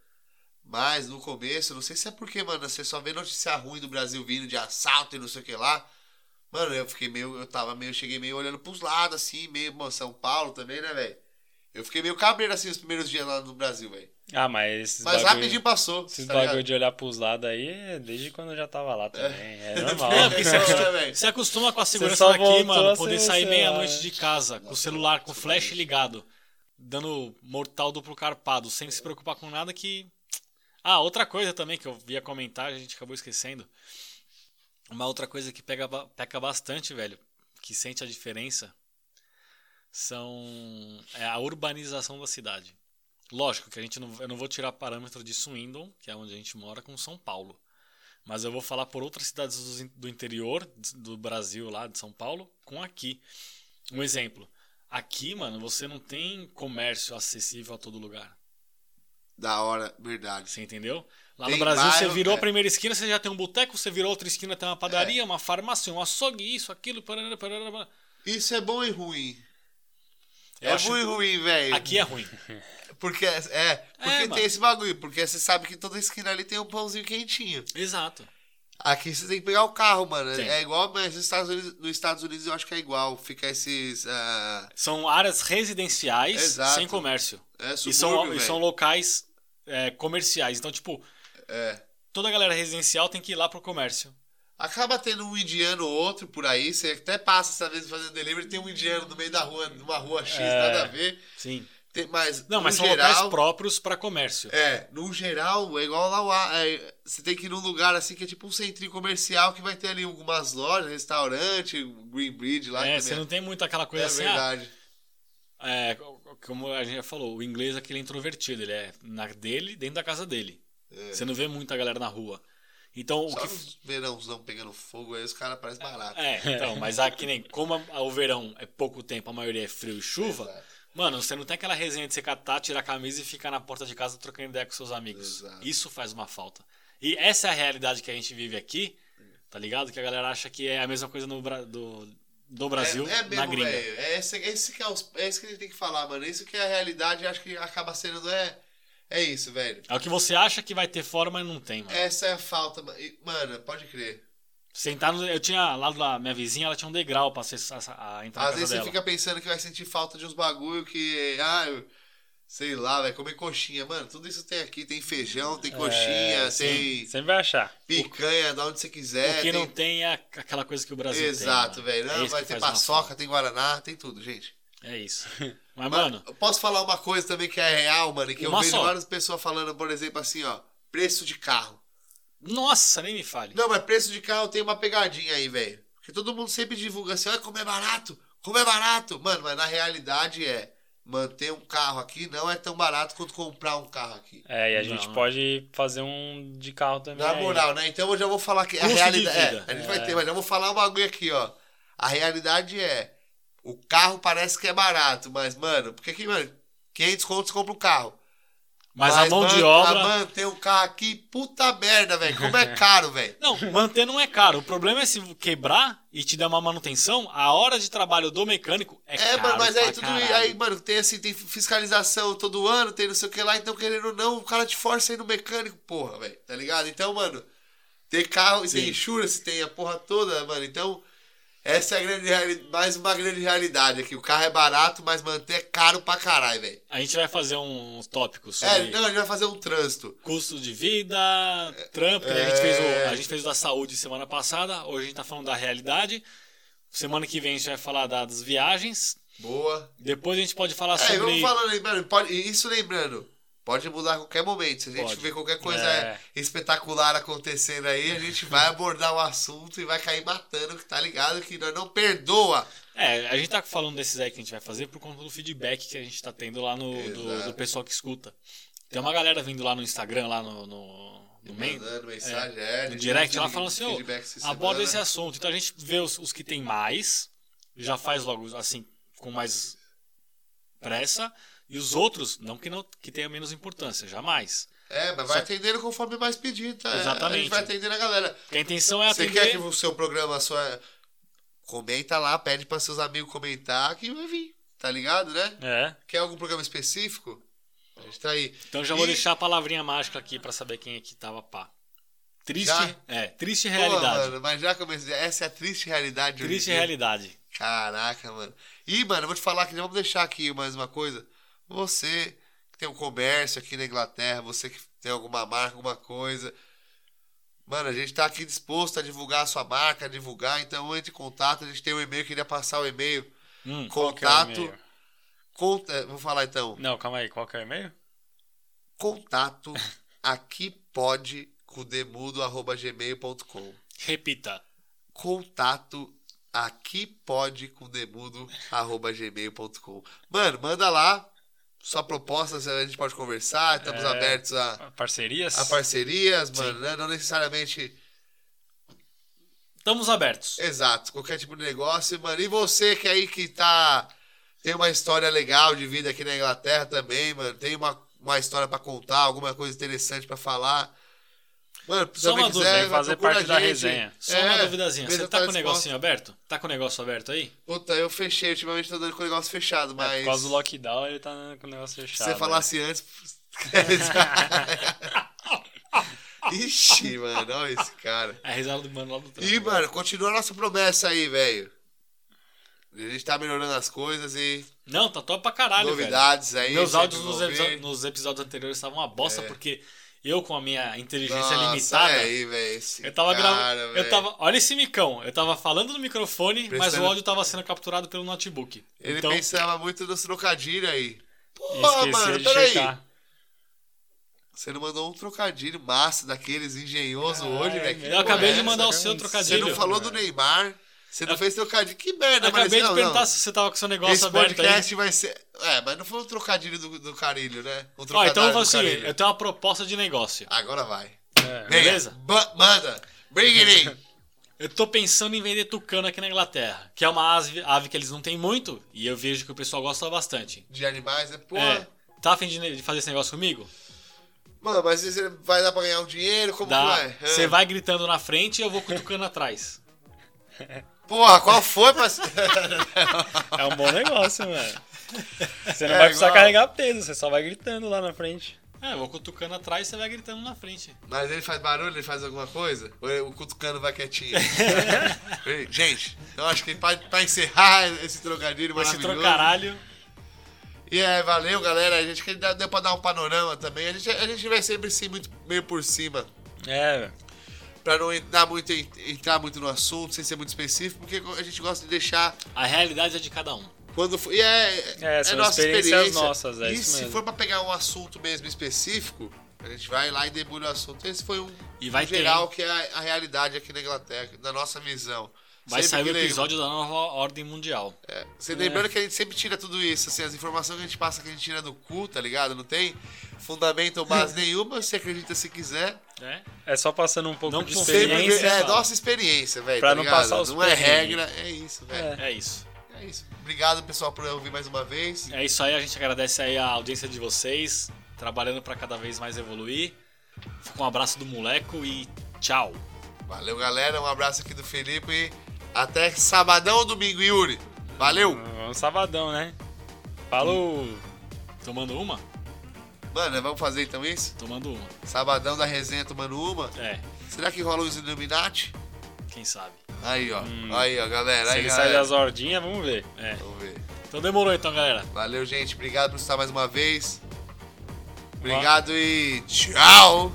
[SPEAKER 2] Mas no começo, não sei se é porque, mano, você só vê notícia ruim do Brasil vindo de assalto e não sei o que lá. Mano, eu fiquei meio, eu tava meio, cheguei meio olhando pros lados, assim, meio, mano, São Paulo também, né, velho? Eu fiquei meio cabreiro, assim, os primeiros dias lá no Brasil, velho.
[SPEAKER 1] Ah, mas esses
[SPEAKER 2] Mas
[SPEAKER 1] bagulho,
[SPEAKER 2] rapidinho passou.
[SPEAKER 1] Esses
[SPEAKER 2] tá
[SPEAKER 1] bagulho
[SPEAKER 2] ligado?
[SPEAKER 1] de olhar pros lados aí, é desde quando eu já tava lá também. É normal.
[SPEAKER 3] Não, porque você,
[SPEAKER 2] É,
[SPEAKER 3] acostuma,
[SPEAKER 2] velho.
[SPEAKER 3] você acostuma com a segurança
[SPEAKER 1] só
[SPEAKER 3] daqui,
[SPEAKER 1] voltou,
[SPEAKER 3] mano.
[SPEAKER 1] você-
[SPEAKER 3] Poder sair
[SPEAKER 1] você-
[SPEAKER 3] meia-noite de casa, com o celular, com o flash ligado, dando mortal duplo carpado, sem se preocupar com nada que. Ah, outra coisa também que eu via comentar, a gente acabou esquecendo. Uma outra coisa que pega, ba- peca bastante, velho, que sente a diferença, são é a urbanização da cidade. Lógico que a gente não, eu não vou tirar parâmetro de Swindon, que é onde a gente mora, com São Paulo. Mas eu vou falar por outras cidades dos in- do interior do Brasil, lá de São Paulo, com aqui. Um exemplo. Aqui, mano, você não tem comércio acessível a todo lugar.
[SPEAKER 2] Da hora, verdade.
[SPEAKER 3] Você entendeu? Lá
[SPEAKER 2] Tem
[SPEAKER 3] no Brasil, você
[SPEAKER 2] bairro,
[SPEAKER 3] virou
[SPEAKER 2] é.
[SPEAKER 3] a primeira esquina, você já tem um boteco, você virou outra esquina, tem uma padaria, uma farmácia, um açougue, isso, aquilo. Parará, parará, parará.
[SPEAKER 2] Isso é bom e ruim.
[SPEAKER 3] Eu
[SPEAKER 2] é
[SPEAKER 3] acho-
[SPEAKER 2] bom e ruim, velho.
[SPEAKER 3] Aqui é ruim.
[SPEAKER 2] Porque é, porque
[SPEAKER 3] É,
[SPEAKER 2] tem
[SPEAKER 3] mano.
[SPEAKER 2] esse bagulho, porque você sabe que toda esquina ali tem um pãozinho quentinho.
[SPEAKER 3] Exato.
[SPEAKER 2] Aqui você tem que pegar o carro, mano.
[SPEAKER 3] Sim.
[SPEAKER 2] É igual, mas nos Estados Unidos, nos Estados Unidos eu acho que é igual. Fica esses. ah,
[SPEAKER 3] São áreas residenciais
[SPEAKER 2] Exato.
[SPEAKER 3] sem comércio.
[SPEAKER 2] é
[SPEAKER 3] E
[SPEAKER 2] subúrbio,
[SPEAKER 3] são,
[SPEAKER 2] velho.
[SPEAKER 3] e são locais é, comerciais. Então, tipo,
[SPEAKER 2] É.
[SPEAKER 3] toda a galera residencial tem que ir lá pro comércio.
[SPEAKER 2] Acaba tendo um indiano ou outro por aí. Você até passa essa vez fazendo delivery, tem um indiano no meio da rua, numa rua X,
[SPEAKER 1] É.
[SPEAKER 2] nada a ver.
[SPEAKER 3] Sim.
[SPEAKER 2] Tem, mas
[SPEAKER 3] Não,
[SPEAKER 2] no
[SPEAKER 3] mas são
[SPEAKER 2] geral,
[SPEAKER 3] locais próprios pra comércio.
[SPEAKER 2] É, no geral, é igual lá o A- é, Você tem que ir num lugar assim que é tipo um centrinho comercial que vai ter ali algumas lojas, restaurante, Green Bridge lá.
[SPEAKER 3] É,
[SPEAKER 2] que
[SPEAKER 3] você não tem muito aquela
[SPEAKER 2] também
[SPEAKER 3] coisa
[SPEAKER 2] é
[SPEAKER 3] assim. ah,
[SPEAKER 2] verdade.
[SPEAKER 3] é, co- co- como a gente já falou, o inglês é aquele introvertido, ele é na dele, dentro da casa dele. Você não vê muita galera na rua. Então,
[SPEAKER 2] É. Só
[SPEAKER 3] o que.
[SPEAKER 2] nos verãozão pegando fogo aí, os caras parecem barato.
[SPEAKER 3] É, então, mas aqui nem como a- a- o verão é pouco tempo, a maioria é frio e chuva,
[SPEAKER 2] Exato.
[SPEAKER 3] mano, você não tem aquela resenha de você catar, tirar a camisa e ficar na porta de casa trocando ideia com seus amigos.
[SPEAKER 2] Exato.
[SPEAKER 3] Isso faz uma falta. E essa é a realidade que a gente vive aqui, tá ligado? Que a galera acha que é a mesma coisa no Bra- do, do Brasil
[SPEAKER 2] é, é
[SPEAKER 3] na
[SPEAKER 2] mesmo,
[SPEAKER 3] gringa.
[SPEAKER 2] velho. É esse, esse que é, os, é esse que a gente tem que falar, mano. Isso que é a realidade, eu acho que acaba sendo. É, é isso, velho.
[SPEAKER 3] É o que você acha que vai ter fora, mas não tem, mano.
[SPEAKER 2] Essa é a falta, ma- e- mano. Pode crer.
[SPEAKER 3] Sentar no. Eu tinha lá da minha vizinha, ela tinha um degrau pra acessar, a entrar na
[SPEAKER 2] Às
[SPEAKER 3] casa
[SPEAKER 2] vezes
[SPEAKER 3] dela.
[SPEAKER 2] você fica pensando que vai sentir falta de uns bagulho que. Ah, eu- sei lá, vai comer coxinha. Mano, tudo isso tem aqui. Tem feijão,
[SPEAKER 3] É,
[SPEAKER 2] tem coxinha, tem
[SPEAKER 1] Sempre vai achar.
[SPEAKER 2] picanha, da onde você quiser.
[SPEAKER 3] o que
[SPEAKER 2] tem-
[SPEAKER 3] não tem é aquela coisa que o Brasil
[SPEAKER 2] Exato,
[SPEAKER 3] tem. mano.
[SPEAKER 2] velho.
[SPEAKER 3] É
[SPEAKER 2] Não,
[SPEAKER 3] isso
[SPEAKER 2] vai
[SPEAKER 3] que
[SPEAKER 2] ter
[SPEAKER 3] faz uma
[SPEAKER 2] paçoca, tem guaraná, tem tudo, gente.
[SPEAKER 3] falta. É isso.
[SPEAKER 2] Mas
[SPEAKER 3] Mas, mano,
[SPEAKER 2] eu posso falar uma coisa também que é real, mano, e que eu
[SPEAKER 3] Uma
[SPEAKER 2] vejo
[SPEAKER 3] só.
[SPEAKER 2] várias pessoas falando, por exemplo, assim, ó, preço de carro.
[SPEAKER 3] nossa, nem me fale.
[SPEAKER 2] Não, mas preço de carro tem uma pegadinha aí, velho. Porque todo mundo sempre divulga assim, olha como é barato, como é barato. Mano, mas na realidade é, manter um carro aqui não é tão barato quanto comprar um carro aqui.
[SPEAKER 1] É, e a
[SPEAKER 3] Não,
[SPEAKER 1] gente
[SPEAKER 3] não.
[SPEAKER 1] pode fazer um de carro também.
[SPEAKER 2] Na
[SPEAKER 1] aí.
[SPEAKER 2] moral, né? Então eu já vou falar que a
[SPEAKER 3] É Custo de
[SPEAKER 2] realidade. É,
[SPEAKER 3] vida.
[SPEAKER 2] a gente vai ter, mas eu vou falar um bagulho aqui, ó. A realidade é. O carro parece que é barato, mas, mano, porque que, mano, 500 contos compra um carro.
[SPEAKER 3] Mas, a mão de
[SPEAKER 2] man-
[SPEAKER 3] obra.
[SPEAKER 2] A manter o carro aqui, puta merda, velho. Como é caro, velho.
[SPEAKER 3] Não, manter não é caro. O problema é se quebrar e te dar uma manutenção, a hora de trabalho do mecânico é,
[SPEAKER 2] É,
[SPEAKER 3] caro.
[SPEAKER 2] mano, mas aí
[SPEAKER 3] pra
[SPEAKER 2] tudo.
[SPEAKER 3] caralho.
[SPEAKER 2] Aí, mano, tem assim, tem fiscalização todo ano, tem não sei o que lá, então querendo ou não, o cara te força aí no mecânico, porra, velho. Tá ligado? Então, mano, tem carro, e tem
[SPEAKER 3] Sim.
[SPEAKER 2] insurance, tem a porra toda, mano. Então, essa é a grande reali- mais uma grande realidade aqui. O carro é barato, mas manter é caro pra caralho, velho.
[SPEAKER 3] A gente vai fazer uns tópicos sobre
[SPEAKER 2] É, não, a gente vai fazer um trânsito.
[SPEAKER 3] custo de vida, trampo, que a, gente fez
[SPEAKER 2] É.
[SPEAKER 3] o, a gente fez o da saúde semana passada, hoje a gente tá falando da realidade. Semana que vem a gente vai falar da- das viagens.
[SPEAKER 2] Boa.
[SPEAKER 3] Depois a gente pode falar
[SPEAKER 2] É, e
[SPEAKER 3] Tá sobre.
[SPEAKER 2] vamos falando aí, mano. pode- e isso lembrando, pode mudar a qualquer momento. Se a gente
[SPEAKER 3] Pode.
[SPEAKER 2] ver qualquer coisa
[SPEAKER 1] É.
[SPEAKER 2] espetacular acontecendo aí, a gente vai abordar o assunto e vai cair matando, que tá ligado? Que nós não perdoa.
[SPEAKER 3] É, a gente tá falando desses aí que a gente vai fazer por conta do feedback que a gente tá tendo lá no do,
[SPEAKER 2] Exato.
[SPEAKER 3] do pessoal que escuta. Tem uma galera vindo lá no Instagram, lá no, no, no meio.
[SPEAKER 2] Mandando mensagem, é.
[SPEAKER 3] No
[SPEAKER 2] de-
[SPEAKER 3] direct,
[SPEAKER 2] de-
[SPEAKER 3] ela
[SPEAKER 2] de-
[SPEAKER 3] fala assim, ô,
[SPEAKER 2] feedback essa
[SPEAKER 3] aborda esse
[SPEAKER 2] semana.
[SPEAKER 3] assunto. Então a gente vê os, os que tem mais, já faz logo assim, com mais pressa, e os outros, não que, não, que tenha menos importância, jamais.
[SPEAKER 2] É, mas vai atendendo conforme mais pedido, tá? A gente
[SPEAKER 3] Exatamente.
[SPEAKER 2] vai atendendo a galera.
[SPEAKER 3] Porque a intenção é
[SPEAKER 2] Você
[SPEAKER 3] atender.
[SPEAKER 2] quer que o seu programa, a sua. Comenta lá, pede pra seus amigos comentar que vai vir, tá ligado, né?
[SPEAKER 1] É.
[SPEAKER 2] Quer algum programa específico? A gente tá aí.
[SPEAKER 3] Então já vou
[SPEAKER 2] E-
[SPEAKER 3] deixar a palavrinha mágica aqui pra saber quem é que tava pá. Triste,
[SPEAKER 2] Já?
[SPEAKER 3] é, triste
[SPEAKER 2] Pô,
[SPEAKER 3] realidade.
[SPEAKER 2] mano, mas já comecei. Essa é a triste realidade. de hoje em
[SPEAKER 3] triste
[SPEAKER 2] dia.
[SPEAKER 3] realidade.
[SPEAKER 2] Caraca, mano. E, mano, eu vou te falar que vamos deixar aqui mais uma coisa. Você que tem um comércio aqui na Inglaterra, você que tem alguma marca, alguma coisa. Mano, a gente tá aqui disposto a divulgar a sua marca, a divulgar. Então, entre em contato, a gente tem um e-mail, queria passar o e-mail.
[SPEAKER 3] Hum,
[SPEAKER 1] Qual que é o
[SPEAKER 2] Contato.
[SPEAKER 1] e-mail?
[SPEAKER 2] Conta, vou falar então.
[SPEAKER 1] Não, calma aí, qual que é o e-mail?
[SPEAKER 2] Contato aqui pode com demudo arroba gmail.com.
[SPEAKER 3] repita.
[SPEAKER 2] contato aqui pode com demudo arroba gmail.com mano manda lá sua proposta se a gente pode conversar estamos
[SPEAKER 1] É.
[SPEAKER 2] abertos a,
[SPEAKER 1] Parcerias?
[SPEAKER 2] a parcerias
[SPEAKER 3] Sim.
[SPEAKER 2] mano né? não necessariamente
[SPEAKER 3] Estamos abertos.
[SPEAKER 2] exato qualquer tipo de negócio mano e você que aí que tá tem uma história legal de vida aqui na Inglaterra também mano tem uma, uma história pra contar alguma coisa interessante pra falar mano se
[SPEAKER 3] Só
[SPEAKER 2] também
[SPEAKER 3] uma dúvida,
[SPEAKER 2] quiser
[SPEAKER 1] vem fazer
[SPEAKER 2] procura
[SPEAKER 1] parte
[SPEAKER 2] a
[SPEAKER 1] da
[SPEAKER 2] gente.
[SPEAKER 1] resenha.
[SPEAKER 3] Só
[SPEAKER 2] É,
[SPEAKER 3] uma duvidazinha.
[SPEAKER 2] mesa
[SPEAKER 3] Você tá com o
[SPEAKER 2] disposta.
[SPEAKER 3] negocinho aberto? Tá com o negócio aberto aí?
[SPEAKER 2] Puta, eu fechei. Ultimamente tô dando com o negócio fechado,
[SPEAKER 1] É,
[SPEAKER 2] mas.
[SPEAKER 1] por causa do lockdown, ele tá com o negócio
[SPEAKER 2] Se
[SPEAKER 3] né?
[SPEAKER 1] fechado. né?
[SPEAKER 2] você assim, falasse antes. Ixi, mano, olha esse cara.
[SPEAKER 3] É a risada do mano lá do trampo.
[SPEAKER 2] E, mano, continua a nossa promessa aí, velho. A gente tá melhorando as coisas e
[SPEAKER 3] Não, tá top pra caralho,
[SPEAKER 2] novidades aí.
[SPEAKER 3] velho. Meus
[SPEAKER 2] sempre
[SPEAKER 3] áudios nos,
[SPEAKER 2] vão vir.
[SPEAKER 3] episo- nos episódios anteriores estavam uma bosta, porque eu, com a minha inteligência
[SPEAKER 2] É. Nossa,
[SPEAKER 3] limitada,
[SPEAKER 2] olha aí, velho. esse
[SPEAKER 3] eu tava
[SPEAKER 2] cara,
[SPEAKER 3] gravando. Eu
[SPEAKER 2] velho.
[SPEAKER 3] tava. Olha esse micão. Eu tava falando no microfone, mas o
[SPEAKER 2] Prestando-
[SPEAKER 3] áudio tava sendo capturado pelo notebook.
[SPEAKER 2] Ele
[SPEAKER 3] então,
[SPEAKER 2] pensava muito nos trocadilhos
[SPEAKER 1] E
[SPEAKER 2] aí. Porra,
[SPEAKER 1] esquecer
[SPEAKER 2] mano,
[SPEAKER 1] de
[SPEAKER 2] peraí.
[SPEAKER 1] checar.
[SPEAKER 2] Você não mandou um trocadilho massa daqueles engenhoso
[SPEAKER 1] É,
[SPEAKER 2] hoje, velho. Que
[SPEAKER 3] eu acabei
[SPEAKER 2] porra
[SPEAKER 3] de
[SPEAKER 2] é
[SPEAKER 3] mandar
[SPEAKER 2] essa?
[SPEAKER 3] o seu
[SPEAKER 2] Você
[SPEAKER 3] trocadilho.
[SPEAKER 2] não falou do Neymar. Você não fez trocadilho. Que merda,
[SPEAKER 3] eu acabei
[SPEAKER 2] mas,
[SPEAKER 3] de
[SPEAKER 2] não,
[SPEAKER 3] perguntar
[SPEAKER 2] não.
[SPEAKER 3] se você tava com o seu negócio
[SPEAKER 2] Esse
[SPEAKER 3] aberto aí.
[SPEAKER 2] podcast vai ser. É, mas não foi um trocadilho do, do carilho, né? Um
[SPEAKER 3] Ó,
[SPEAKER 2] trocadilho
[SPEAKER 3] então eu vou
[SPEAKER 2] do
[SPEAKER 3] fazer o seguinte:
[SPEAKER 2] carilho.
[SPEAKER 3] eu tenho uma proposta de negócio.
[SPEAKER 2] Agora vai.
[SPEAKER 1] É.
[SPEAKER 2] Venha,
[SPEAKER 3] beleza?
[SPEAKER 2] ba- manda. Bring it in.
[SPEAKER 3] Eu tô pensando em vender tucano aqui na Inglaterra, que é uma ave, ave que eles não têm muito, e eu vejo que o pessoal gosta bastante.
[SPEAKER 2] De animais, né? Pô.
[SPEAKER 3] É, tá afim de, de fazer esse negócio comigo?
[SPEAKER 2] Mano, mas você vai dar pra ganhar um dinheiro? Como que
[SPEAKER 3] Dá.
[SPEAKER 2] vai?
[SPEAKER 3] Você
[SPEAKER 2] É.
[SPEAKER 3] vai gritando na frente e eu vou cutucando atrás.
[SPEAKER 2] Porra, qual foi, parceiro?
[SPEAKER 1] É um bom negócio, mano. Você não
[SPEAKER 2] É
[SPEAKER 1] vai precisar
[SPEAKER 2] igual.
[SPEAKER 1] carregar peso, você só vai gritando lá na frente.
[SPEAKER 3] É, eu vou cutucando atrás e você vai gritando na frente.
[SPEAKER 2] mas ele faz barulho, ele faz alguma coisa? Ou ele- o cutucano vai quietinho? Gente, eu acho que pra, pra encerrar esse trocadilho
[SPEAKER 3] Vai se
[SPEAKER 2] maravilhoso...
[SPEAKER 3] trocaralho.
[SPEAKER 2] E é, valeu, galera. A gente que dá- deu pra dar um panorama também. A gente, a gente vai sempre sim, muito, meio por cima.
[SPEAKER 1] É, velho.
[SPEAKER 2] Pra não entrar muito, em- entrar muito no assunto, sem ser muito específico, porque a gente gosta de deixar
[SPEAKER 3] A realidade é de cada um.
[SPEAKER 2] quando for. E é,
[SPEAKER 1] É, são experiências nossas, é
[SPEAKER 2] e
[SPEAKER 1] isso
[SPEAKER 2] se
[SPEAKER 1] mesmo.
[SPEAKER 2] for pra pegar um assunto mesmo específico, a gente vai lá e debulha o assunto. Esse foi um
[SPEAKER 3] E vai ter,
[SPEAKER 2] geral que é a, a realidade aqui na Inglaterra, da nossa visão.
[SPEAKER 3] Vai
[SPEAKER 2] Sempre
[SPEAKER 3] sair o
[SPEAKER 2] que lembra-
[SPEAKER 3] episódio da nova ordem mundial.
[SPEAKER 2] É, Você lembrando que a gente sempre tira tudo isso, assim, as informações que a gente passa que a gente tira do cu, tá ligado? Não tem fundamento ou base nenhuma, você acredita se quiser.
[SPEAKER 3] né?
[SPEAKER 1] É só passando um pouco
[SPEAKER 3] Não
[SPEAKER 1] de
[SPEAKER 3] confia,
[SPEAKER 2] Sempre
[SPEAKER 1] experiência.
[SPEAKER 2] é
[SPEAKER 3] cara.
[SPEAKER 2] nossa experiência, velho.
[SPEAKER 1] Pra
[SPEAKER 2] tá
[SPEAKER 1] não
[SPEAKER 2] ligado?
[SPEAKER 1] passar os
[SPEAKER 2] Não é
[SPEAKER 1] perrengues.
[SPEAKER 2] regra, é isso, velho.
[SPEAKER 3] É isso.
[SPEAKER 2] É. isso. Obrigado, pessoal, por ouvir mais uma vez.
[SPEAKER 3] É isso aí, a gente agradece aí a audiência de vocês. trabalhando pra cada vez mais evoluir. Fica um abraço do moleco e tchau.
[SPEAKER 2] Valeu, galera. Um abraço aqui do Felipe e até sabadão ou domingo, Yuri. Valeu!
[SPEAKER 1] É um sabadão, né? Falou!
[SPEAKER 3] Tomando uma?
[SPEAKER 2] Mano, vamos fazer então isso?
[SPEAKER 3] Tomando uma.
[SPEAKER 2] Sabadão da resenha tomando uma.
[SPEAKER 3] É,
[SPEAKER 2] Será que rola os Illuminati?
[SPEAKER 3] quem sabe.
[SPEAKER 2] Aí, ó. Aí, ó, galera.
[SPEAKER 1] Hum. Se
[SPEAKER 2] Aí,
[SPEAKER 1] ele sai
[SPEAKER 2] galera.
[SPEAKER 1] das ordinhas, vamos ver.
[SPEAKER 3] É.
[SPEAKER 2] Vamos ver.
[SPEAKER 3] Então demorou então, galera.
[SPEAKER 2] Valeu, gente. Obrigado por estar mais uma vez. Obrigado e tchau!